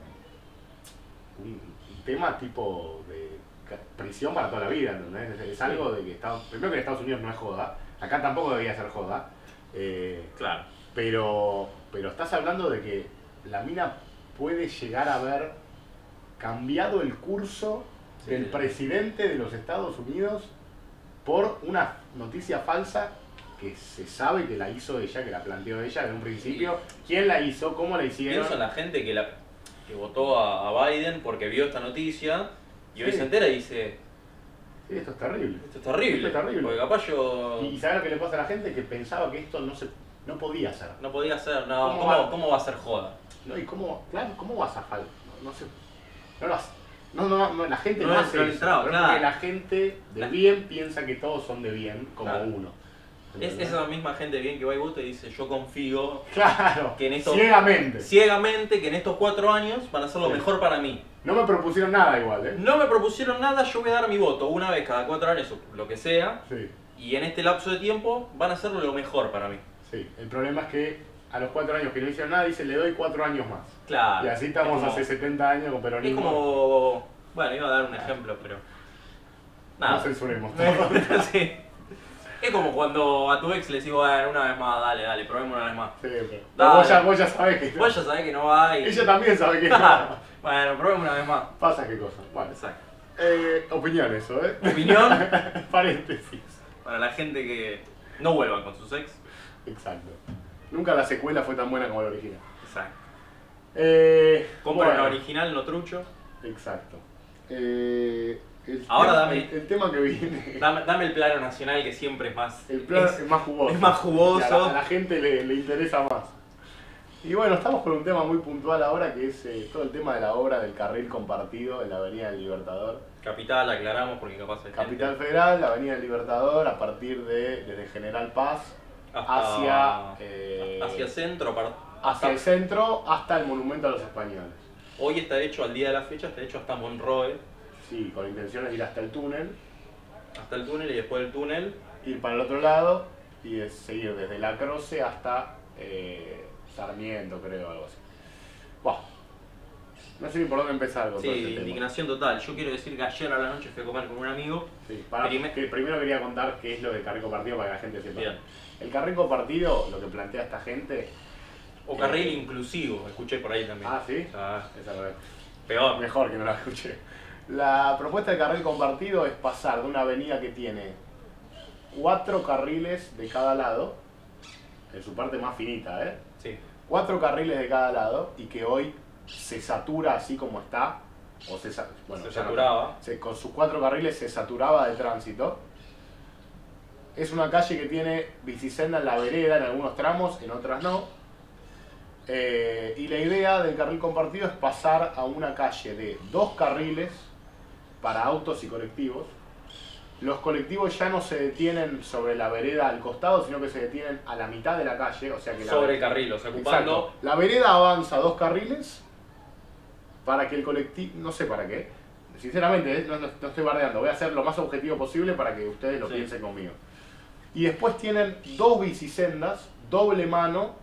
S2: un un tema tipo de ca- prisión para toda la vida, ¿entendés? Es, es algo de que Estados, primero que en Estados Unidos no es joda, acá tampoco debería ser joda, eh,
S4: Claro.
S2: pero, pero estás hablando de que la mina puede llegar a haber cambiado el curso
S4: Sí,
S2: del
S4: sí.
S2: presidente de los Estados Unidos por una noticia falsa que se sabe que la hizo ella, que la planteó ella en un principio. ¿Quién la hizo? ¿Cómo la hicieron?
S4: Pienso en la gente que, la, que votó a, a Biden porque vio esta noticia y hoy
S2: Sí.
S4: se entera y dice,
S2: Sí, esto es terrible.
S4: esto es terrible.
S2: Esto es terrible.
S4: Porque capaz yo...
S2: Y, y ¿sabes lo que le pasa a la gente? Que pensaba que esto no se, No podía ser.
S4: No podía ser, no.
S2: ¿Cómo
S4: ¿Cómo,
S2: va?
S4: cómo va a ser joda?
S2: No, ¿Y cómo, claro, cómo vas a faltar? No, no sé. No lo hace. No, no, no, la gente no,
S3: No,
S2: hace
S3: no
S2: eso.
S3: entraba,
S2: Pero
S3: claro.
S2: porque la gente de bien piensa que todos son de bien, como
S3: Claro.
S2: uno.
S3: Es
S2: ¿Entendés?
S3: esa misma gente bien que va y vota y dice, yo confío
S2: Claro,
S3: que en esto-
S2: ciegamente.
S3: ciegamente que en estos cuatro años van a ser lo
S2: Sí.
S3: mejor para mí.
S2: No me propusieron nada igual, ¿eh?
S3: No me propusieron nada, yo voy a dar mi voto una vez cada cuatro años o lo que sea,
S2: Sí,
S3: y en este lapso de tiempo van a ser lo mejor para mí.
S2: sí. El problema es que a los cuatro años que no hicieron nada, dice, le doy cuatro años más.
S3: Claro.
S2: Y así estamos
S3: Es como-
S2: hace 70 años con
S3: Es
S2: peronismo.
S3: como. Bueno, iba a dar un ejemplo, pero.
S2: No
S3: Nada.
S2: censuremos.
S3: <laughs> Sí. Es como cuando a tu ex le decís, bueno, una vez más, dale, dale, probemos una vez más.
S2: Sí, pero
S3: Dale.
S2: vos, ya, vos ya sabés que...
S3: Vos ya sabés que no va y.
S2: <laughs>
S3: Ah,
S2: Ella también sabe que...
S3: bueno, probemos una vez más.
S2: Pasa qué cosa. Bueno,
S3: Exacto.
S2: eh, opinión eso, ¿eh? <laughs>
S3: Opinión
S2: Paréntesis.
S3: para la gente que no vuelva con sus ex.
S2: Exacto. Nunca la secuela fue tan buena como la original.
S3: Exacto.
S2: Eh,
S3: Compra
S2: bueno,
S3: la original, no trucho.
S2: Exacto. Eh, el
S3: Ahora
S2: tema-
S3: dame-
S2: El, el tema que viene.
S3: Dame, dame el plano nacional que siempre es más.
S2: El plan es,
S3: es-
S2: más jugoso.
S3: es más jugoso.
S2: Y A la, a la gente le, le interesa más. Y bueno, estamos con un tema muy puntual ahora que es eh, todo el tema de la obra del carril compartido en la Avenida del Libertador.
S4: Capital, aclaramos porque capaz es.
S2: Capital Federal, la Avenida del Libertador, a partir de desde General Paz
S4: Hasta-
S3: Ah,
S2: hacia, eh,
S4: Hacia centro, par-
S2: hacia el centro hasta el Monumento a los Españoles.
S4: Hoy está hecho al día de la fecha, está hecho hasta Monroe,
S2: Sí, con intenciones de ir hasta el túnel,
S4: hasta el túnel y después del túnel
S2: ir para el otro lado y de- seguir desde La Croce hasta eh, Sarmiento, creo, algo así. Buah. No sé ni por dónde empezar con
S3: Sí,
S2: todo este tema.
S3: indignación total. Yo quiero decir que ayer a la noche fui a comer con un amigo.
S2: Sí, para-
S3: Prime-
S2: que primero quería contar qué es lo del carril compartido para que la gente sepa.
S3: Bien.
S2: El carril compartido, lo que plantea esta gente.
S4: o carril inclusivo, escuché por ahí también.
S2: Eh. Ah, sí.
S4: Ah,
S2: Esa la verdad.
S4: peor.
S2: Mejor que no la escuché. La propuesta de carril compartido es pasar de una avenida que tiene cuatro carriles de cada lado, en su parte más finita, ¿eh?
S4: Sí.
S2: Cuatro carriles de cada lado y que hoy se satura así como está, o se, sa- bueno,
S4: Se
S2: ya no-
S4: saturaba.
S2: se- con sus cuatro carriles se saturaba de tránsito. Es una calle que tiene bicicenda en la vereda en algunos tramos, en otras no. Eh, y la idea del carril compartido es pasar a una calle de dos carriles para autos y colectivos. Los colectivos ya no se detienen sobre la vereda al costado, sino que se detienen a la mitad de la calle, o sea que la
S4: Sobre el carril, o sea, ocupando.
S2: Exacto. La vereda avanza dos carriles para que el colectivo. No sé para qué. Sinceramente, eh, no, no- no estoy bardeando. Voy a ser lo más objetivo posible para que ustedes lo
S3: Sí.
S2: piensen conmigo. Y después tienen dos bicisendas, doble mano,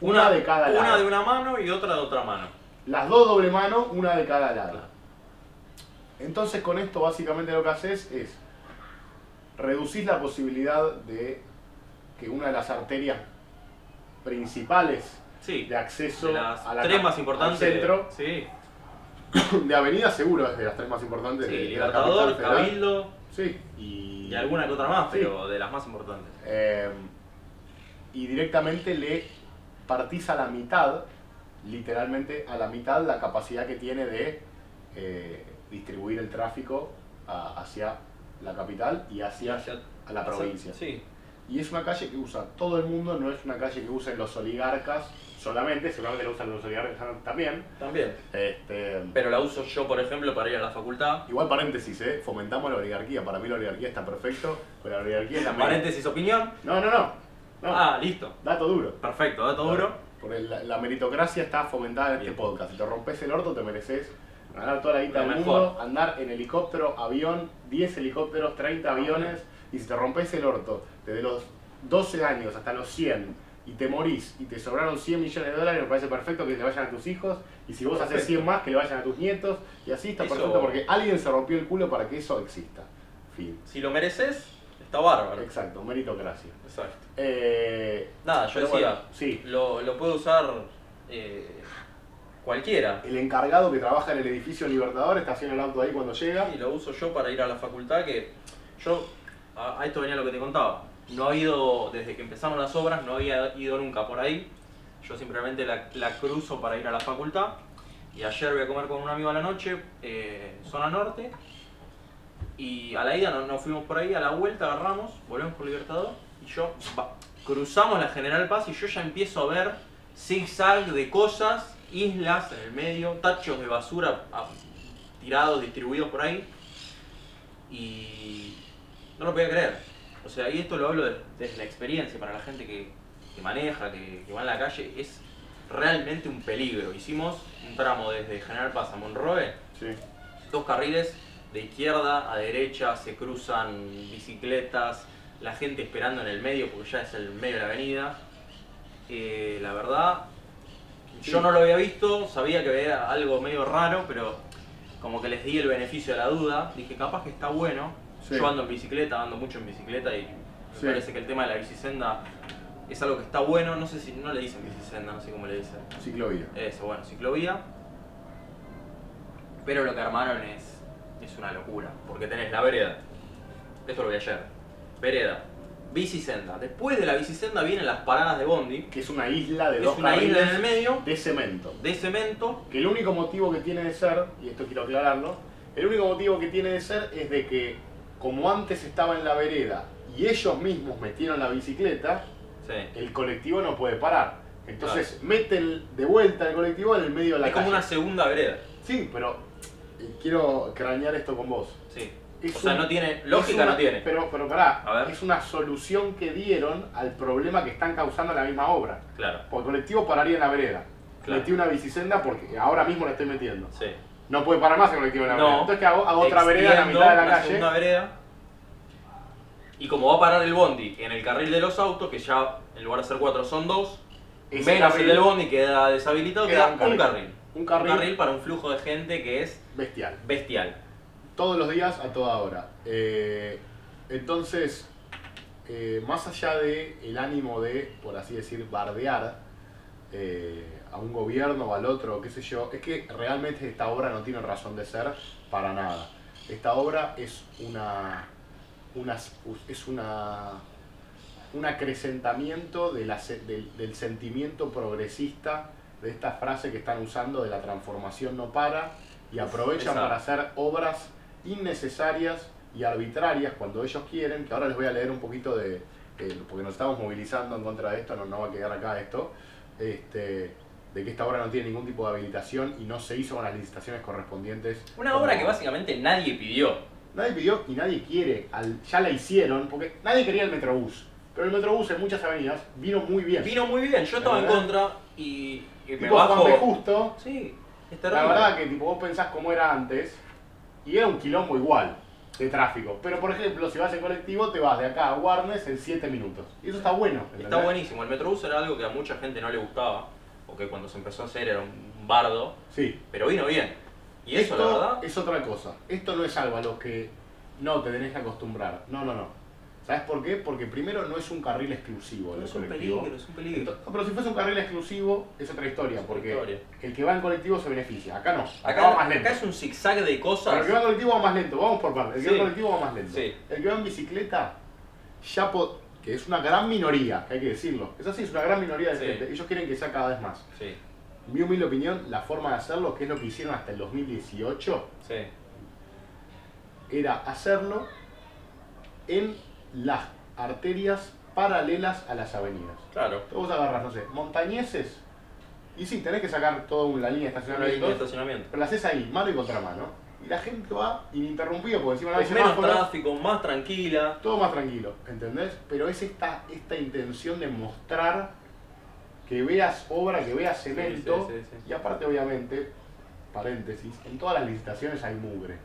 S2: una, de cada lado.
S3: Una de una mano y otra de otra mano.
S2: Las dos doble mano, una de cada lado. Entonces con esto básicamente lo que haces es reducís la posibilidad de que una de las arterias principales
S3: Sí.
S2: de acceso
S3: De las
S2: a la
S3: tres
S2: ca-
S3: más
S2: al
S3: importantes.
S2: centro <laughs>
S3: Sí.
S2: de avenida seguro es de las tres más importantes de,
S3: Sí,
S2: de la
S3: Libertador,
S2: capital federal.
S3: Cabildo
S2: sí y,
S3: y alguna que otra más,
S2: Sí.
S3: pero de las más importantes.
S2: Eh, y directamente le partís a la mitad literalmente a la mitad la capacidad que tiene de eh, distribuir el tráfico a- hacia la capital y hacia,
S4: Hacia-
S2: a la provincia
S4: Sí.
S2: y es una calle que usa todo el mundo no es una calle que usen los oligarcas solamente seguramente la usan los oligarcas también
S3: También.
S2: este,
S4: Pero la uso yo, por ejemplo, para ir a la facultad.
S2: Igual paréntesis, ¿eh? fomentamos la oligarquía. Para mí la oligarquía está perfecto, pero la oligarquía es la mejor.
S3: Paréntesis, opinión.
S2: No, no, no. No,
S3: Ah, listo.
S2: Dato duro.
S3: Perfecto, dato duro.
S2: Porque la, la meritocracia está fomentada en
S3: Bien.
S2: este podcast. Si te rompes el orto, te mereces ganar toda la guita
S4: Lo
S2: del
S4: mejor.
S2: mundo, andar en helicóptero, avión, 10 helicópteros,
S4: Ah,
S2: 30 aviones. Y si te rompes el orto desde los 12 años hasta los 100 y te morís y te sobraron 100 millones de dólares, me parece perfecto que le vayan a tus hijos. Y si vos haces
S4: Perfecto.
S2: 100 más, que le vayan a tus nietos. Y así está
S4: Eso-
S2: perfecto porque alguien se rompió el culo para que eso exista. Fin.
S4: Si lo mereces, está bárbaro.
S2: Exacto, meritocracia.
S4: Exacto.
S2: Eh,
S4: Nada, Ah, yo
S2: pero
S4: decía,
S2: bueno, sí.
S4: lo, lo puede usar eh, cualquiera.
S2: El encargado que trabaja en el edificio Libertador estaciona el auto ahí cuando llega.
S4: Y lo uso yo para ir a la facultad, que yo
S3: A, a esto venía lo que te contaba. No ha ido, desde que empezaron las obras, no había ido nunca por ahí. Yo simplemente la, la cruzo para ir a la facultad. Y ayer voy a comer con un amigo a la noche, eh, zona norte. Y a la ida no, no fuimos por ahí, a la vuelta agarramos, volvemos por Libertador. Y yo, va- cruzamos la General Paz y yo ya empiezo a ver zigzag de cosas, islas en el medio, tachos de basura a- tirados, distribuidos por ahí. Y no lo podía creer. O sea, y esto lo hablo de- desde la experiencia, para la gente que, que maneja, que, que va en la calle, es realmente un peligro. Hicimos un tramo desde General Paz a Monroe,
S2: Sí.
S3: dos carriles de izquierda a derecha, se cruzan bicicletas, la gente esperando en el medio porque ya es el medio de la avenida. Eh, la verdad, yo no lo había visto, sabía que era algo medio raro, pero como que les di el beneficio de la duda, dije capaz que está bueno.
S2: Sí.
S3: Yo ando en bicicleta, ando mucho en bicicleta y me
S2: Sí.
S3: parece que el tema de la bicisenda es algo que está bueno, no sé si no le dicen bicisenda, no sé cómo le dicen.
S2: Ciclovía.
S3: Eso, bueno, ciclovía. Pero lo que armaron es, es una locura. Porque tenés la vereda. Esto lo vi ayer. Vereda. Bicisenda. Después de la bicisenda vienen las paradas de bondi.
S2: Que es una isla de
S3: Es
S2: dos
S3: una isla en el
S2: carriles
S3: medio
S2: de cemento.
S3: de cemento.
S2: Que el único motivo que tiene de ser, y esto quiero aclararlo, el único motivo que tiene de ser es de que como antes estaba en la vereda y ellos mismos metieron la bicicleta,
S3: Sí.
S2: el colectivo no puede parar. Entonces meten de vuelta el colectivo en el medio de la
S3: Es como
S2: calle.
S3: una segunda vereda.
S2: Sí, pero eh, quiero cranear esto con vos.
S3: Sí.
S2: Es
S3: o sea,
S2: un-
S3: no tiene.
S2: Es
S3: Lógica
S2: una-
S3: no tiene.
S2: Pero, pero pará,
S3: A ver.
S2: es una solución que dieron al problema que están causando la misma obra.
S3: Claro.
S2: Porque el colectivo pararía en la vereda.
S3: Claro.
S2: Metí una bicisenda porque ahora mismo la estoy metiendo.
S3: Sí.
S2: No puede parar más el colectivo en la
S3: No.
S2: vereda. Entonces, ¿qué hago? Hago otra vereda en la
S3: Extiendo
S2: mitad de la
S3: una
S2: calle.
S3: segunda vereda. Y como va a parar el bondi en el carril de los autos, que ya en lugar de ser cuatro son dos,
S2: Ese
S3: menos
S2: carril
S3: el del bondi queda deshabilitado,
S2: Queda
S3: queda,
S2: un
S3: un,
S2: carril.
S3: carril.
S2: Un carril.
S3: Un carril para un flujo de gente que es
S2: Bestial.
S3: bestial.
S2: Todos los días, a toda hora. Eh, entonces, eh, más allá de el ánimo de, por así decir, bardear eh, a un gobierno o al otro, qué sé yo, es que realmente esta obra no tiene razón de ser para nada. Esta obra es una, una es una un acrecentamiento de la se- del, del sentimiento progresista de esta frase que están usando de la transformación no para y aprovechan
S3: Exacto.
S2: para hacer obras innecesarias y arbitrarias cuando ellos quieren, que ahora les voy a leer un poquito de, eh, porque nos estamos movilizando en contra de esto, no, no va a quedar acá esto, este, de que esta obra no tiene ningún tipo de habilitación y no se hizo con las licitaciones correspondientes.
S3: Una
S2: Como-
S3: obra que básicamente nadie pidió.
S2: Nadie pidió y nadie quiere, al- ya la hicieron, porque nadie quería el Metrobús. Pero el Metrobús en muchas avenidas vino muy bien.
S3: Vino muy bien, yo estaba en
S2: ¿Verdad?
S3: contra y, y me
S2: tipo Juan B.
S3: bajo.
S2: Justo,
S3: Sí, es
S2: la
S3: terrible.
S2: verdad que tipo, vos pensás cómo era antes, y era un quilombo igual de tráfico. Pero por ejemplo, si vas en colectivo, te vas de acá a Warnes en 7 minutos. Y eso está bueno.
S3: Está
S2: ¿entendés?
S3: buenísimo. El Metrobús era algo que a mucha gente no le gustaba, o que cuando se empezó a hacer era un bardo,
S2: Sí.
S3: pero vino bien. Y eso,
S2: Esto
S3: la verdad,
S2: es otra cosa. Esto no es algo a lo que no te tenés que acostumbrar. No, no, no. ¿Sabes por qué? Porque primero no es un carril exclusivo. el
S3: es un
S2: colectivo.
S3: peligro, es un peligro.
S2: No, pero si fuese un carril exclusivo, es otra historia,
S3: otra
S2: porque
S3: historia.
S2: el que va en colectivo se beneficia. Acá no, acá,
S3: Acá,
S2: va más lento.
S3: acá es un zigzag de
S2: Pero el
S3: cosas.
S2: que va en colectivo va más lento, vamos por partes. El que
S3: Sí.
S2: va en colectivo va más lento.
S3: Sí.
S2: El que va en bicicleta, ya po- que es una gran minoría, que hay que decirlo. Es así, es una gran minoría de
S3: Sí.
S2: gente. Ellos quieren que sea cada vez más.
S3: Sí,
S2: Mi humilde opinión, la forma de hacerlo, que es lo que hicieron hasta el 2018,
S3: sí.
S2: era hacerlo en las arterias paralelas a las avenidas.
S3: Claro.
S2: Vos agarras, no sé, montañeses. Y sí, tenés que sacar toda una línea de
S3: Una línea de
S2: estacionamiento.
S3: estacionamiento.
S2: Pero la haces ahí, mano y contramano. Y la gente va ininterrumpida porque encima no hay
S3: Con menos
S2: semáforos.
S3: tráfico, más tranquila.
S2: Todo más tranquilo, ¿entendés? Pero es esta, esta intención de mostrar que veas obra, que veas cemento.
S3: sí, sí, sí.
S2: Y aparte, obviamente, paréntesis, en todas las licitaciones hay mugre.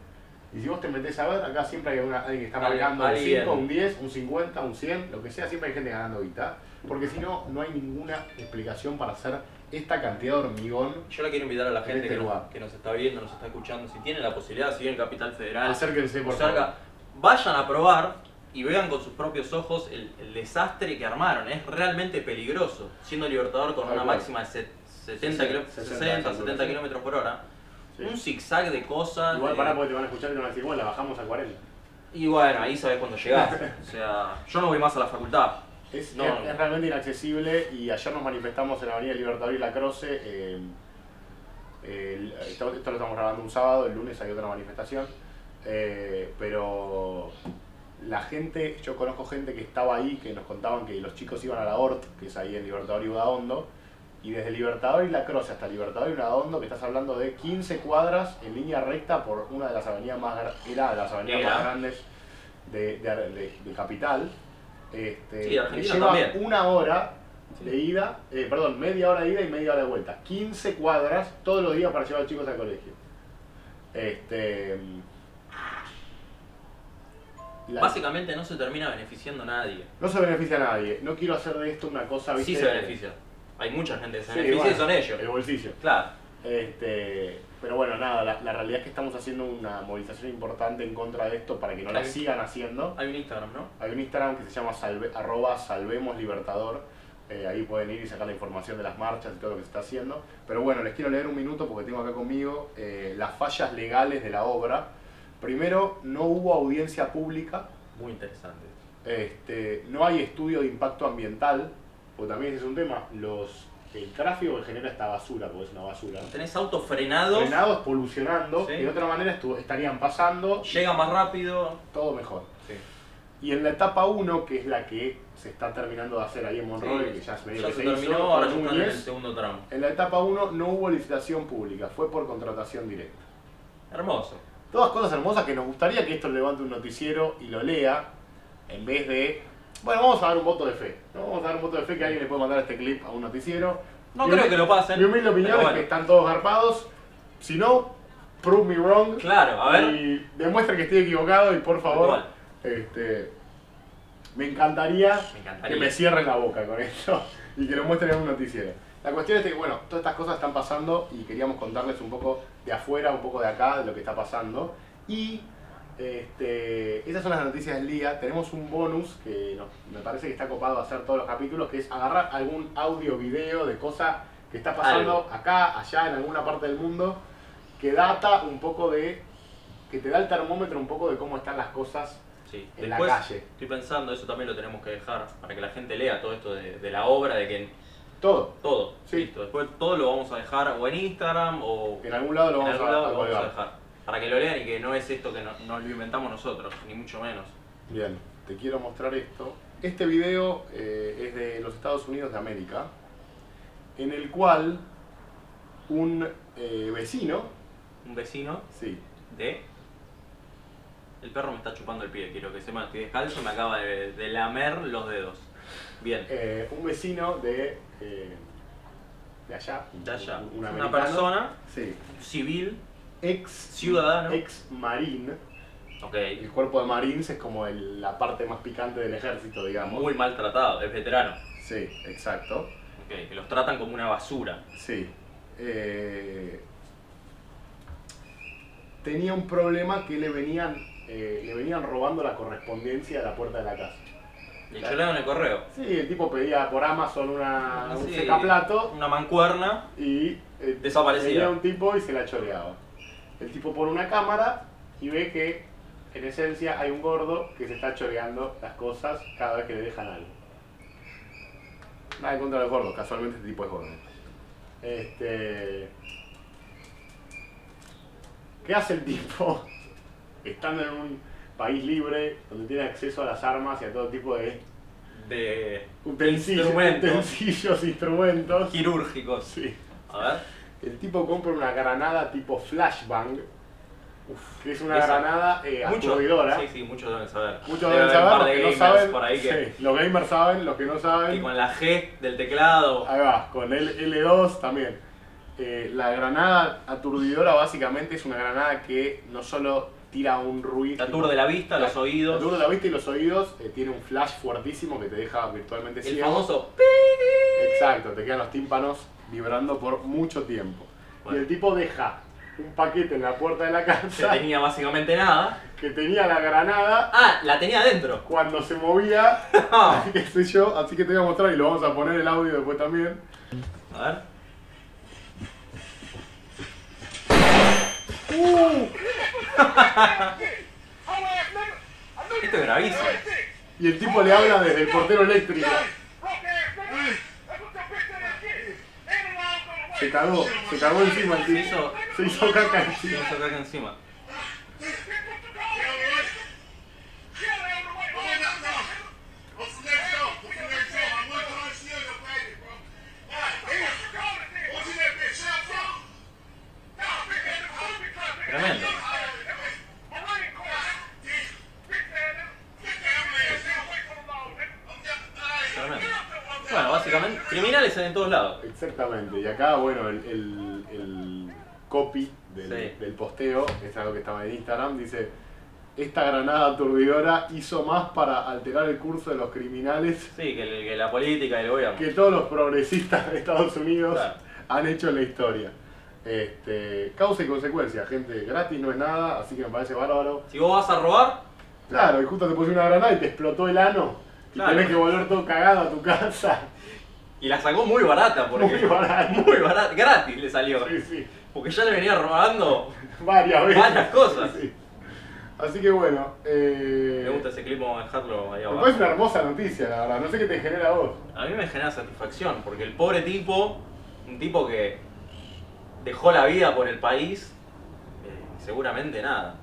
S2: Y si vos te metés a ver, acá siempre hay una- alguien que está
S3: Alguien-
S2: marcando un
S3: alguien.
S2: 5, un 10, un 50, un 100, lo que sea, siempre hay gente ganando guita. Porque si no, no hay ninguna explicación para hacer esta cantidad de hormigón,
S3: Yo la quiero invitar a la
S2: En
S3: gente
S2: este
S3: que, nos,
S2: lugar.
S3: que nos está viendo, nos está escuchando. Si tienen la posibilidad, si viven en Capital Federal,
S2: acérquense por
S3: o cerca,
S2: favor.
S3: vayan a probar y vean con sus propios ojos el, el desastre que armaron. Es realmente peligroso. Siendo Libertador con
S2: Tal
S3: una
S2: cual.
S3: máxima de se- 70, kilo-
S2: 60,
S3: 60,
S2: 70
S3: 70 kilómetros por hora.
S2: Sí.
S3: Un zigzag de cosas.
S2: Igual
S3: de-
S2: pará porque te van a escuchar y te van a decir, bueno, la bajamos a 40.
S3: y bueno, ahí sabes cuando
S2: <laughs>
S3: llegás. o sea, yo no voy más a la facultad.
S2: Es,
S3: No.
S2: es- es realmente inaccesible y ayer nos manifestamos en la avenida Libertador y La Croce. eh, el- esto, esto lo estamos grabando un sábado, el lunes hay otra manifestación. eh, pero la gente, yo conozco gente que estaba ahí, que nos contaban que los chicos iban a la ORT, que es ahí en Libertador y Udaondo, y desde Libertador y La Croce hasta Libertador y Udaondo, que estás hablando de 15 cuadras en línea recta por una de las avenidas más, gra- era de las avenidas
S3: Era.
S2: más grandes de, de Ar- de- de Capital, este,
S3: Sí,
S2: que
S3: Argentina
S2: lleva
S3: también.
S2: una hora
S3: Sí.
S2: de ida, eh, perdón, media hora de ida y media hora de vuelta. 15 cuadras todos los días para llevar a los chicos al colegio. Este. la-
S3: Básicamente no se termina beneficiando a nadie.
S2: no se beneficia a nadie. No quiero hacer de esto una cosa, Ah, ¿viste?
S3: Sí se beneficia. Hay mucha gente que se
S2: Sí,
S3: beneficia y
S2: bueno,
S3: son ellos.
S2: El bolsillo.
S3: Claro.
S2: Este, pero bueno, nada, la, la realidad es que estamos haciendo una movilización importante en contra de esto para que no la
S3: Hay-
S2: sigan haciendo.
S3: Hay un Instagram, ¿no?
S2: Hay un Instagram que se llama salve- arroba Salvemos Libertador. Eh, ahí pueden ir y sacar la información de las marchas y todo lo que se está haciendo. Pero bueno, les quiero leer un minuto porque tengo acá conmigo eh, las fallas legales de la obra. Primero, no hubo audiencia pública,
S3: Muy interesante.
S2: este, no hay estudio de impacto ambiental, porque también ese es un tema. Los, el tráfico que genera esta basura, porque es una basura.
S3: Tenés autos frenados,
S2: Frenados polucionando,
S3: Sí.
S2: que de otra manera estu- estarían pasando,
S3: llega más rápido.
S2: todo mejor.
S3: Sí.
S2: Y en la etapa 1, que es la que se está terminando de hacer ahí en Monroe, que ya es medio
S3: ya
S2: que
S3: se
S2: se,
S3: terminó,
S2: hizo,
S3: ahora
S2: con
S3: ya están en el
S2: Núñez,
S3: segundo tramo.
S2: en la etapa 1 no hubo licitación pública, fue por contratación directa.
S3: Hermoso.
S2: Todas cosas hermosas que nos gustaría que esto levante un noticiero y lo lea, en vez de, bueno, vamos a dar un voto de fe. ¿no? Vamos a dar un voto de fe que alguien le puede mandar este clip a un noticiero.
S3: No
S2: Mi
S3: creo
S2: humil-
S3: que lo pasen,
S2: Mi humilde
S3: pero
S2: opinión es
S3: bueno.
S2: que están todos garpados. Si no, prove me wrong.
S3: Claro, a ver.
S2: Y demuestra que estoy equivocado y por favor,
S3: Igual.
S2: este, me encantaría,
S3: Me encantaría.
S2: que me cierren la boca con esto <laughs> y que lo muestren en un noticiero. La cuestión es que, bueno, todas estas cosas están pasando y queríamos contarles un poco de afuera, un poco de acá, de lo que está pasando. Y este, esas son las noticias del día. Tenemos un bonus que nos- me parece que está copado hacer todos los capítulos, que es agarrar algún audio, video de cosa que está pasando
S3: Algo.
S2: acá, allá, en alguna parte del mundo, que data un poco de que te da el termómetro un poco de cómo están las cosas.
S3: Sí.
S2: en la calle.
S3: Estoy pensando, eso también lo tenemos que dejar para que la gente lea todo esto de, de la obra, de que
S2: Todo.
S3: todo.
S2: Sí.
S3: Listo. Después todo lo vamos a dejar o en Instagram o
S2: En algún lado lo
S3: en
S2: vamos,
S3: algún
S2: a,
S3: lado
S2: a
S3: lo vamos a
S2: colgar.
S3: dejar. Para que lo lean y que no es esto que no- nos lo inventamos nosotros, ni mucho menos.
S2: Bien, te quiero mostrar esto. Este video eh, es de los Estados Unidos de América, en el cual un eh, vecino,
S3: Un vecino
S2: sí,
S3: de. El perro me está chupando el pie, quiero que sepa, estoy descalzo, me acaba de, de lamer los dedos. Bien.
S2: eh, un vecino de, eh, de allá,
S3: Ya, ya.
S2: un
S3: Una
S2: americano,
S3: persona
S2: sí,
S3: civil,
S2: ex
S3: Ciudadano.
S2: ex marín.
S3: ok,
S2: El cuerpo de marines es como el- la parte más picante del ejército, digamos.
S3: muy maltratado, es veterano.
S2: Sí, exacto.
S3: Ok, que los tratan como una basura.
S2: Sí. Eh, tenía un problema que le venían, eh, le venían robando la correspondencia a la puerta de la casa.
S3: Le
S2: Claro.
S3: cholearon el correo.
S2: Sí, el tipo pedía por Amazon una, un
S3: Sí,
S2: secaplato
S3: Una mancuerna.
S2: y eh,
S3: Desaparecía.
S2: venía un tipo y se la choreaba. El tipo pone una cámara y ve que en esencia hay un gordo que se está choreando las cosas cada vez que le dejan algo. Nada en contra de los gordos, casualmente este tipo es gordo. Este. ¿Qué hace el tipo <laughs> estando en un país libre donde tiene acceso a las armas y a todo tipo de
S3: de
S2: utensilios,
S3: Instrumentos.
S2: utensilios, instrumentos?
S3: quirúrgicos.
S2: Sí.
S3: A ver,
S2: El tipo compra una granada tipo flashbang, que es una
S3: esa.
S2: granada eh,
S3: muchos.
S2: aturdidora.
S3: Sí, sí, muchos deben saber.
S2: Muchos
S3: Debe
S2: deben
S3: haber un
S2: saber,
S3: par
S2: los
S3: de
S2: que no
S3: gamers
S2: saben.
S3: por ahí que,
S2: sí, los gamers saben, los que no saben.
S3: que con la G del teclado.
S2: Ahí va, con el L2 también. Eh, la granada aturdidora básicamente es una granada que no solo tira un
S3: Te
S2: ruido.
S3: aturde la vista, los
S2: Te
S3: oídos.
S2: aturde la vista y los oídos, eh, tiene un flash fuertísimo que te deja virtualmente
S3: El
S2: ciego.
S3: famoso.
S2: Exacto, te quedan los tímpanos vibrando por mucho tiempo.
S3: Bueno.
S2: Y el tipo deja un paquete en la puerta de la
S3: Se
S2: casa
S3: tenía básicamente nada.
S2: que tenía la granada
S3: Ah, la tenía
S2: <laughs>
S3: adentro.
S2: cuando se movía, <laughs>
S3: A
S2: qué sé yo, así que te voy a mostrar y lo vamos a poner el audio después también. <laughs>
S3: ver.
S2: Uh.
S3: <laughs> Esto es gravísimo.
S2: Y el tipo le habla desde el portero eléctrico. Se cagó, se cagó encima el
S3: Se
S2: tipo.
S3: hizo,
S2: Se hizo caca encima.
S3: se hizo caca encima.
S5: Get out of the way!
S3: criminales hay en todos lados.
S2: Exactamente, y acá, bueno, el, el- el copy del,
S3: Sí.
S2: del posteo, es algo que estaba en Instagram, dice, esta granada aturdidora hizo más para alterar el curso de los criminales
S3: Sí, que, el- que la política y el gobierno.
S2: que todos los progresistas de Estados Unidos
S3: Claro.
S2: han hecho en la historia. Este, causa y consecuencia, gente, gratis no es nada, así que me parece bárbaro.
S3: Si vos vas a robar,
S2: Claro, y justo te puse una granada y te explotó el ano. Y
S3: Claro.
S2: tenés que volver todo cagado a tu casa.
S3: y la sacó muy barata, porque
S2: Muy barato.
S3: muy barata, gratis le salió.
S2: Sí, sí.
S3: Porque ya le venía robando.
S2: Varias veces.
S3: Varias cosas.
S2: Sí. Así que bueno. Eh,
S3: Me gusta ese clip, vamos a dejarlo ahí
S2: me parece
S3: abajo.
S2: una hermosa noticia, la verdad. No sé qué te genera a vos.
S3: A mí me genera satisfacción, porque el pobre tipo, un tipo que dejó la vida por el país, eh, seguramente nada.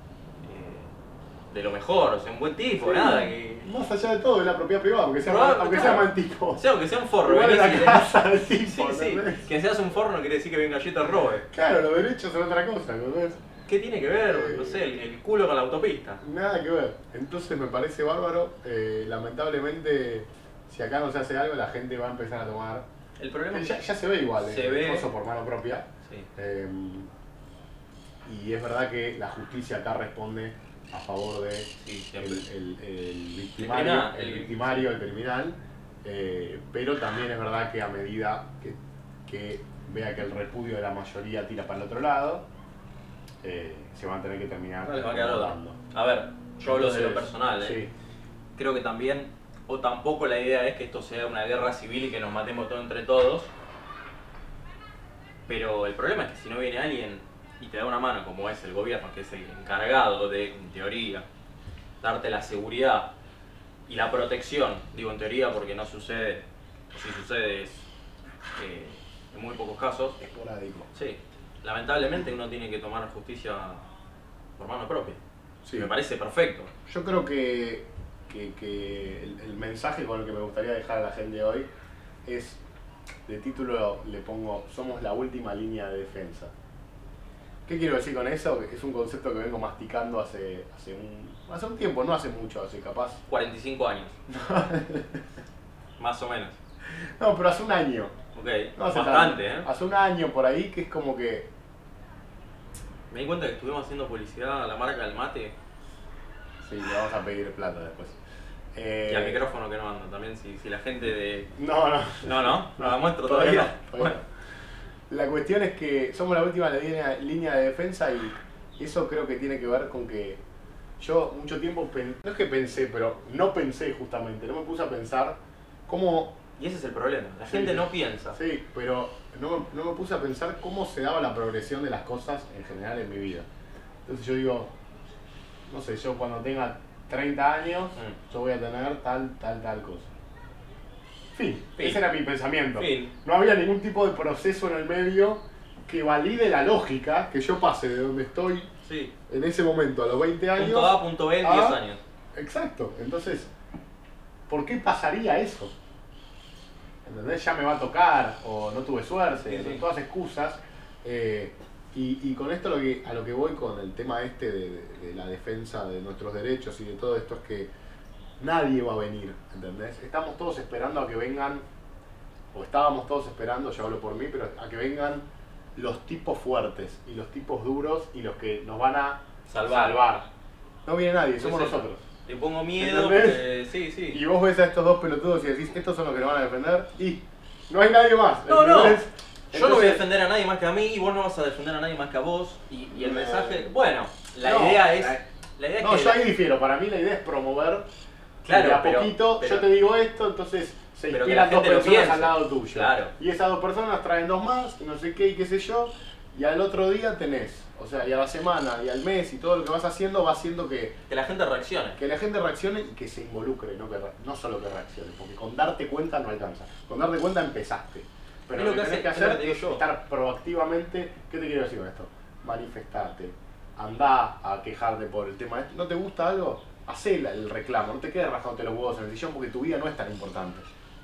S3: eh, de lo mejor, o sea, un buen tipo, nada. Que,
S2: Más allá de todo, es la propiedad privada, aunque sea,
S3: Probable,
S2: aunque
S3: claro.
S2: sea mal tipo.
S3: o sea, aunque sea un forro,
S2: Igual en
S3: venís
S2: la
S3: y-
S2: casa del tipo,
S3: Sí, sí.
S2: ¿entendés?
S3: Que seas un forno no quiere decir que venga yo y te robe.
S2: Claro, los derechos son otra cosa, ¿entendés?
S3: ¿Qué tiene que ver, no sé, el, el culo con la autopista?
S2: Nada que ver. Entonces me parece bárbaro. Eh, lamentablemente, si acá no se hace algo, la gente va a empezar a tomar.
S3: El problema es
S2: Ya, ya se ve igual,
S3: Se
S2: eh,
S3: ve.
S2: coso por mano propia.
S3: Sí.
S2: Eh, y es verdad que la justicia acá responde a favor de
S3: Sí,
S2: el,
S3: siempre.
S2: el- el victimario,
S3: criminal,
S2: el
S3: el-
S2: victimario, el criminal, eh, pero también es verdad que a medida que, que vea que el repudio de la mayoría tira para el otro lado, eh, se van a tener que terminar
S3: No les va a quedar otra.
S2: acomodando.
S3: A ver, yo hablo de
S2: Entonces,
S3: lo personal, ¿eh? Creo que también, o tampoco la idea es que esto sea una guerra civil y que nos matemos todos entre todos. Pero el problema es que si no viene alguien y te da una mano, como es el gobierno, que es el encargado de, en teoría, darte la seguridad y la protección, digo en teoría porque no sucede, o si sucede es eh, en muy pocos casos,
S2: Sí, esporádico.
S3: Sí, lamentablemente uno tiene que tomar justicia por mano propia.
S2: Sí.
S3: Me parece perfecto.
S2: Yo creo que, que- que el, el mensaje con el que me gustaría dejar a la gente hoy es, de título le pongo, somos la última línea de defensa. ¿Qué quiero decir con eso? Es un concepto que vengo masticando hace, hace, un, hace un tiempo, no hace mucho, hace capaz. <laughs>
S3: 45 años. Más o menos.
S2: No, pero hace un año.
S3: Ok,
S2: No hace
S3: bastante,
S2: tanto.
S3: ¿eh?
S2: Hace un año por ahí que es como que
S3: Me di cuenta que estuvimos haciendo publicidad a la marca del mate
S2: sí, le vamos a pedir plata después. Eh,
S3: y al micrófono que no anda también. Si, si la gente de.
S2: No, no.
S3: No, no, no la muestro
S2: Todavía
S3: todavía.
S2: no, todavía no. La cuestión es que somos la última línea, línea de defensa y eso creo que tiene que ver con que yo mucho tiempo, pen- no es que pensé, pero no pensé justamente, no me puse a pensar cómo,
S3: Y ese es el problema. La
S2: Sí.
S3: gente no piensa.
S2: sí, pero no, no me puse a pensar cómo se daba la progresión de las cosas en general en mi vida. Entonces yo digo, no sé, yo cuando tenga 30 años,
S3: Mm.
S2: yo voy a tener tal, tal, tal cosa. Fin.
S3: Fin.
S2: Ese era mi pensamiento.
S3: Fin.
S2: No había ningún tipo de proceso en el medio que valide la lógica que yo pase de donde estoy
S3: Sí.
S2: en ese momento a los 20 años.
S3: Punto A, punto B, 10
S2: a-
S3: años.
S2: Exacto. Entonces, ¿por qué pasaría eso? ¿Entendés? Ya me va a tocar, o no tuve suerte,
S3: Sí, sí.
S2: todas excusas. Eh, y, y con esto lo que, a lo que voy con el tema este de, de- de la defensa de nuestros derechos y de todo esto es que nadie va a venir, ¿entendés? Estamos todos esperando a que vengan, o estábamos todos esperando, yo hablo por mí, pero a que vengan los tipos fuertes y los tipos duros y los que nos van a
S3: Salvar.
S2: No viene nadie,
S3: Sí,
S2: somos
S3: sí.
S2: nosotros.
S3: Te pongo miedo.
S2: ¿Entendés?
S3: porque- Sí, sí.
S2: Y vos ves a estos dos pelotudos y decís, estos son los que nos van a defender y no hay nadie más.
S3: No, no.
S2: ¿entendés?
S3: Yo no voy a
S2: Entonces,
S3: defender a nadie más que a mí y vos no vas a defender a nadie más que a vos. Y, y el
S2: No.
S3: mensaje. Bueno, la
S2: Eh. No,
S3: idea es.
S2: la-
S3: La idea es
S2: No,
S3: que.
S2: yo ahí difiero. Para mí la idea es promover
S3: Claro,
S2: de a
S3: pero-
S2: poquito.
S3: pero-
S2: yo te digo esto, entonces se
S3: Pero que la
S2: inspiran dos
S3: gente lo
S2: personas
S3: piense.
S2: al lado tuyo.
S3: Claro.
S2: Y esas dos personas traen dos más, y no sé qué y qué sé yo. Y al otro día tenés. O sea, y a la semana, y al mes, y todo lo que vas haciendo va haciendo que,
S3: que la gente reaccione.
S2: que la gente reaccione y que se involucre, no, que re- no solo que reaccione. Porque con darte cuenta no alcanza. Con darte cuenta empezaste. Pero
S3: Es
S2: lo
S3: lo
S2: que
S3: que
S2: tenés que
S3: hace- es lo que
S2: hacer
S3: te digo
S2: es
S3: yo.
S2: estar proactivamente. ¿Qué te quiero decir con esto? Manifestate. Andá a quejarte por el tema. este. ¿No te gusta algo? Hacé el, el reclamo. No te quedes rajándote los huevos en el sillón porque tu vida no es tan importante.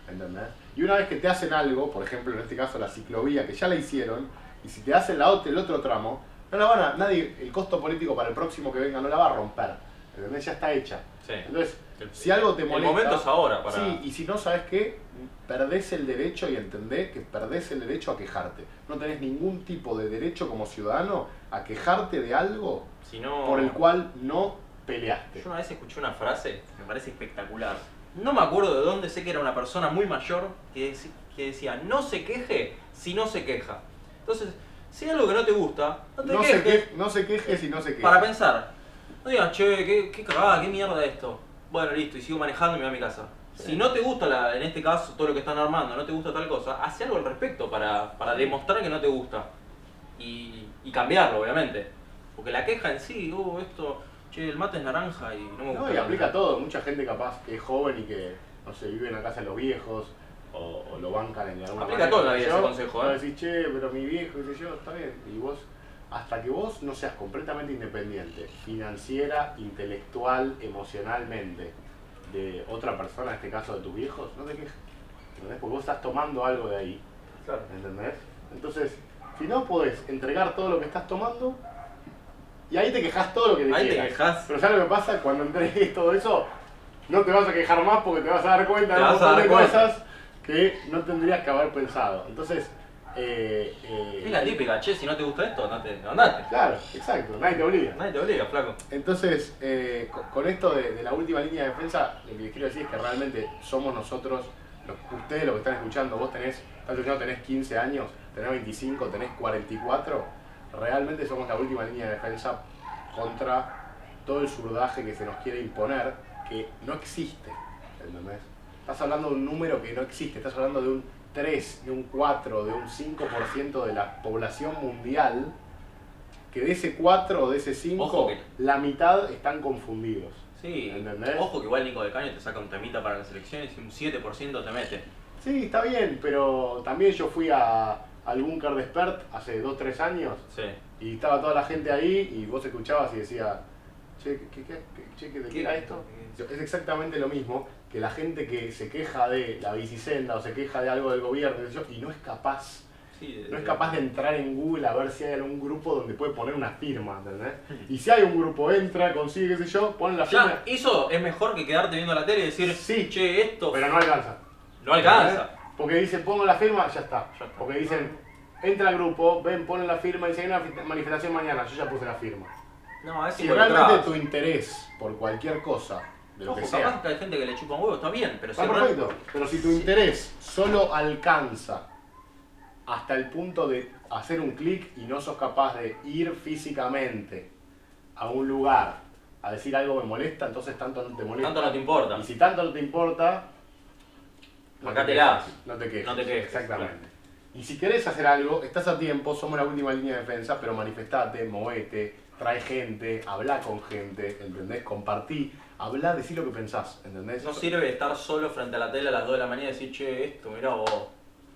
S2: ¿Entendés? Y una vez que te hacen algo, por ejemplo, en este caso la ciclovía, que ya la hicieron, y si te hacen la ot- el otro tramo, no la van a. Nadie, el costo político para el próximo que venga no la va a romper. ¿Entendés? Ya está hecha.
S3: Sí.
S2: Entonces, Si algo te
S3: El
S2: molesta.
S3: momento es ahora para.
S2: Sí, y si no sabes qué, perdés el derecho y entendés que perdés el derecho a quejarte. No tenés ningún tipo de derecho como ciudadano a quejarte de algo
S3: si no-
S2: por el cual no peleaste.
S3: Yo una vez escuché una frase que me parece espectacular. No me acuerdo de dónde, sé que era una persona muy mayor que, deci- que decía, no se queje si no se queja. Entonces, si hay algo que no te gusta, no te
S2: No
S3: quejes.
S2: se, que, no se quejes y no se quejes.
S3: Para pensar. No digas, che, qué, qué cagada, qué mierda esto. Bueno, listo, y sigo manejando y me voy a mi casa. Si no te gusta, la, en este caso, todo lo que están armando, no te gusta tal cosa, hace algo al respecto para, para demostrar que no te gusta. Y, y cambiarlo, obviamente. Porque la queja en sí, oh, esto, che, el mate es naranja y no me gusta.
S2: No, y
S3: la
S2: aplica a
S3: naranja".
S2: todo. Mucha gente capaz que es joven y que, no sé, vive en la casa de los viejos o, o lo bancan en alguna
S3: Aplica a todo en la vida
S2: qué sé
S3: ese
S2: yo.
S3: consejo,
S2: Vos
S3: ¿eh?
S2: decís, che, pero mi viejo, qué sé yo, está bien. Y vos, hasta que vos no seas completamente independiente, financiera, intelectual, emocionalmente, de otra persona, en este caso de tus viejos, no te quejes. ¿Entendés? Porque vos estás tomando algo de ahí.
S3: Claro.
S2: ¿Entendés? Entonces, si no podés entregar todo lo que estás tomando, y ahí te quejas todo lo que te
S3: Ahí te
S2: quieras.
S3: quejás.
S2: Pero ¿sabes lo que pasa? Cuando entregues todo eso, no te vas a quejar más porque te vas a dar cuenta
S3: Te
S2: de un
S3: vas a
S2: montón
S3: dar
S2: de
S3: cuenta.
S2: cosas que no tendrías que haber pensado. Entonces, eh, eh,
S3: Es la típica, che, si no te gusta esto, andate. andate.
S2: Claro, exacto, nadie te obliga.
S3: Nadie te obliga, flaco.
S2: Entonces, eh, co- con esto de, de la última línea de defensa, lo que les quiero decir es que realmente somos nosotros, los- ustedes los que están escuchando, vos tenés, estás escuchando, tenés 15 años, tenés 25, tenés 44, realmente somos la última línea de defensa contra todo el surdaje que se nos quiere imponer, que no existe, ¿entendés? Estás hablando de un número que no existe, estás hablando de un 3, de un 4, de un 5% de la población mundial, que de ese 4 o de ese 5,
S3: Ojo que-
S2: la mitad están confundidos.
S3: Sí,
S2: ¿Entendés?
S3: ojo que igual Nico del Caño te saca un temita para las elecciones y un 7% te mete.
S2: Sí, está bien, pero también yo fui a, al búnker de Expert hace 2-3 años
S3: Sí.
S2: y estaba toda la gente ahí y vos escuchabas y decía, che, ¿qué, qué, qué- che, ¿de qué era esto? Es exactamente lo mismo que la gente que se queja de la bicicenda o se queja de algo del gobierno qué sé yo, y no es capaz
S3: Sí, de-
S2: No es capaz de entrar en Google a ver si hay algún grupo donde puede poner una firma, ¿entendés? Y si hay un grupo, entra, consigue, qué sé yo, pone la
S3: Ya,
S2: firma,
S3: eso es mejor que quedarte viendo la tele y decir,
S2: Sí.
S3: che, esto
S2: pero no alcanza.
S3: no alcanza.
S2: ¿Eh? Porque dicen, pongo la firma, ya está.
S3: Ya está.
S2: Porque dicen, entra al grupo, ven, ponen la firma y si hay una fi- manifestación mañana, yo ya puse la firma.
S3: No, es
S2: Si realmente
S3: involucrado.
S2: tu interés por cualquier cosa, de lo
S3: Ojo,
S2: que
S3: capaz
S2: sea,
S3: que hay gente que le chupa un huevo, está bien, pero
S2: está
S3: si real-
S2: perfecto. Pero si tu interés solo alcanza hasta el punto de hacer un clic y no sos capaz de ir físicamente a un lugar a decir algo me molesta, entonces tanto no te molesta.
S3: tanto no te importa.
S2: Y si tanto no te importa,
S3: Acá te
S2: quejes,
S3: la das.
S2: No te quejes.
S3: No te quejes,
S2: Exactamente. Y si querés hacer algo, estás a tiempo, somos la última línea de defensa, pero manifestate, movete, trae gente, habla con gente, ¿entendés? Compartí, habla, decí lo que pensás, ¿entendés?
S3: No sirve estar solo frente a la tele a las 2 de la mañana y decir, che, esto, mirá vos,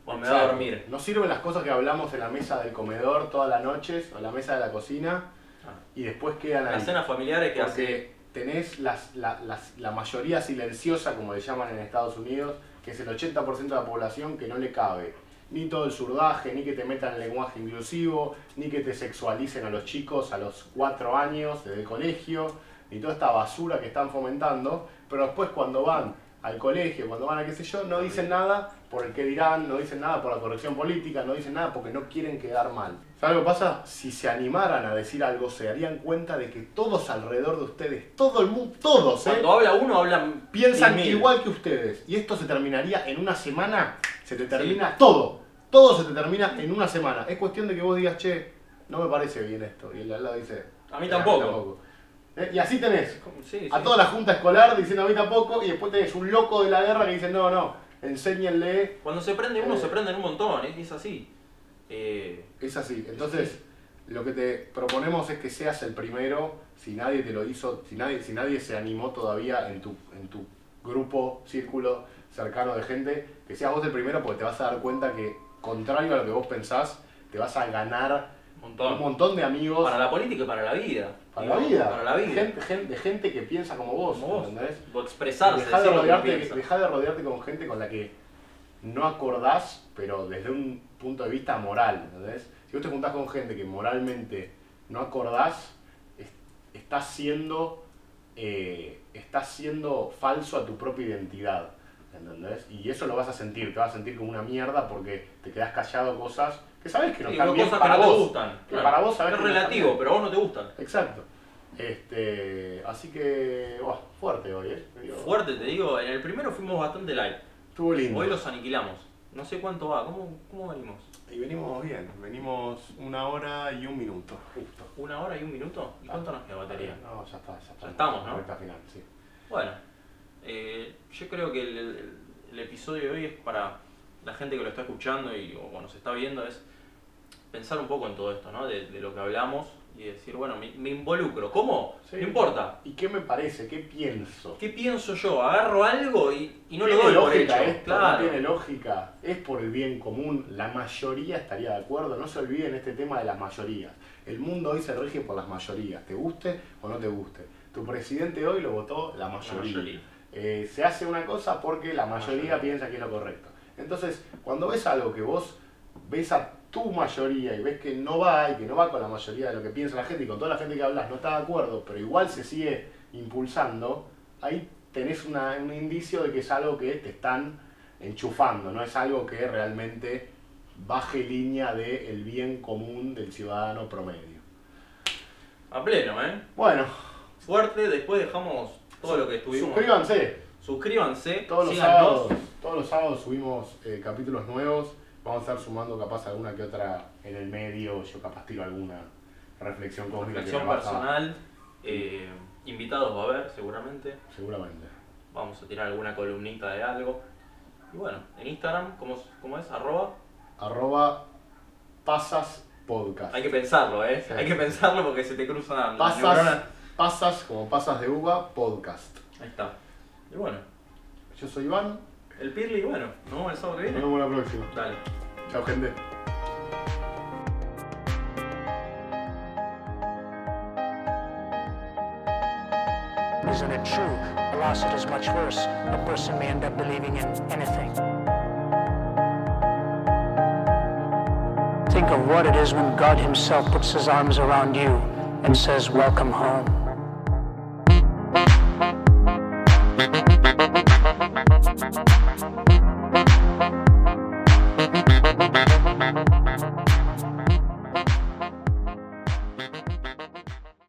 S3: vos me va a
S2: Exacto.
S3: dormir.
S2: No sirven las cosas que hablamos en la mesa del comedor todas las noches, o en la mesa de la cocina,
S3: Ah.
S2: y después quedan ahí.
S3: Las cenas familiares que hace...
S2: Porque tenés las- la, las- la mayoría silenciosa, como le llaman en Estados Unidos, que es el 80% de la población que no le cabe. Ni todo el surdaje, ni que te metan el lenguaje inclusivo, ni que te sexualicen a los chicos a los 4 años desde el colegio, ni toda esta basura que están fomentando. Pero después cuando van al colegio, cuando van a qué sé yo, no dicen nada por el que dirán, no dicen nada por la corrección política, no dicen nada porque no quieren quedar mal. ¿Sabes lo que pasa? Si se animaran a decir algo, se darían cuenta de que todos alrededor de ustedes, todo el mundo, todos, ¿eh?
S3: Cuando habla uno, hablan
S2: piensan
S3: mil.
S2: igual que ustedes. Y esto se terminaría en una semana. Se te termina todo. Todo se te termina en una semana. Es cuestión de que vos digas, che, no me parece bien esto. Y el de al lado dice,
S3: A mí tampoco.
S2: ¿Eh? Y así tenés.
S3: Sí, sí.
S2: A toda la junta escolar diciendo a mí tampoco. Y después tenés un loco de la guerra que dice, no, no, enséñenle
S3: Cuando se prende uno,
S2: Eh.
S3: se prenden un montón, es, es así. Eh,
S2: Es así. Entonces, lo que te proponemos es que seas el primero, si nadie te lo hizo, si nadie, si nadie se animó todavía en tu, en tu grupo, círculo cercano de gente, que seas vos el primero porque te vas a dar cuenta que, contrario a lo que vos pensás, te vas a ganar
S3: montón.
S2: un montón de amigos
S3: Para la política y para la vida.
S2: para la
S3: Digo,
S2: vida.
S3: Para la vida.
S2: Gente, gente- de gente que piensa como vos,
S3: Como vos.
S2: ¿entendés?
S3: O expresarse,
S2: Dejá de,
S3: decir lo que
S2: rodearte,
S3: piensa.
S2: dejá de rodearte con gente con la que no acordás, pero desde un punto de vista moral, ¿entendés? Si vos te juntás con gente que moralmente no acordás, es- estás siendo eh, estás siendo falso a tu propia identidad. ¿Entendés? Y eso lo vas a sentir, te vas a sentir como una mierda porque te quedás callado cosas que sabes que no
S3: Sí,
S2: están
S3: vos
S2: bien
S3: cosas que
S2: para
S3: no te
S2: vos.
S3: gustan,
S2: que
S3: claro.
S2: para vos sabés
S3: Es
S2: que no están
S3: relativo,
S2: bien.
S3: pero a vos no te gustan.
S2: Exacto. Este, así que, buah, fuerte hoy, ¿eh? Digo,
S3: Fuerte, te digo, en el primero fuimos bastante light.
S2: Estuvo lindo.
S3: Hoy los aniquilamos. No sé cuánto va, ¿cómo, cómo venimos?
S2: Y venimos bien, venimos una hora y un minuto, justo.
S3: ¿Una hora y un minuto?
S2: Ah.
S3: ¿Y cuánto nos queda de batería?
S2: No, ya está, ya estamos.
S3: estamos,
S2: La
S3: ¿no?
S2: recta final, sí.
S3: Bueno, eh, yo creo que el, el- el episodio de hoy es para la gente que lo está escuchando y o bueno, se está viendo, es pensar un poco en todo esto, ¿no? De, de lo que hablamos y decir, bueno, me, me involucro. ¿Cómo?
S2: Sí.
S3: No importa.
S2: ¿Y qué me parece? ¿Qué pienso?
S3: ¿Qué pienso yo? Agarro algo y, y no lo
S2: ¿Tiene
S3: doy por
S2: lógica
S3: hecho.
S2: esto?
S3: claro.
S2: No tiene lógica. Es por el bien común. La mayoría estaría de acuerdo. No se olviden este tema de las mayorías. El mundo hoy se rige por las mayorías. Te guste o no te guste. Tu presidente hoy lo votó la
S3: La
S2: mayoría.
S3: mayoría.
S2: Eh, se hace una cosa porque la mayoría
S3: mayoría.
S2: piensa que es lo correcto. Entonces, cuando ves algo que vos ves a tu mayoría y ves que no va y que no va con la mayoría de lo que piensa la gente y con toda la gente que hablas no está de acuerdo, pero igual se sigue impulsando, ahí tenés una- un indicio de que es algo que te están enchufando, no es algo que realmente baje línea del bien común del ciudadano promedio.
S3: A pleno, ¿eh?
S2: Bueno,
S3: Fuerte, después dejamos todo lo que estuvimos.
S2: suscríbanse.
S3: Suscríbanse,
S2: Todos los,
S3: síganos.
S2: sábados, todos los sábados subimos eh, capítulos nuevos. Vamos a estar sumando capaz alguna que otra en el medio. Yo capaz tiro alguna reflexión cósmica.
S3: Reflexión
S2: que me baja,
S3: personal. eh, invitados va a haber, seguramente.
S2: Seguramente.
S3: Vamos a tirar alguna columnita de algo. Y bueno, en Instagram, ¿cómo, cómo es? Arroba.
S2: Arroba pasas podcast.
S3: Hay que pensarlo, ¿eh?
S2: Sí.
S3: Hay que pensarlo porque se te cruzan las
S2: pasas,
S3: neuronas.
S2: pasas como pasas de uva podcast.
S3: Ahí está. Y bueno,
S2: Yo soy Iván.
S3: el Pirli, bueno, nos vemos el sábado que
S2: Nos
S3: viene.
S2: vemos la próxima.
S3: Dale.
S2: Chao, gente.
S1: Isn't it true? Alas, it is much worse. A person may end up believing in anything. Think of what it is when God Himself puts His arms around you and says, Welcome home.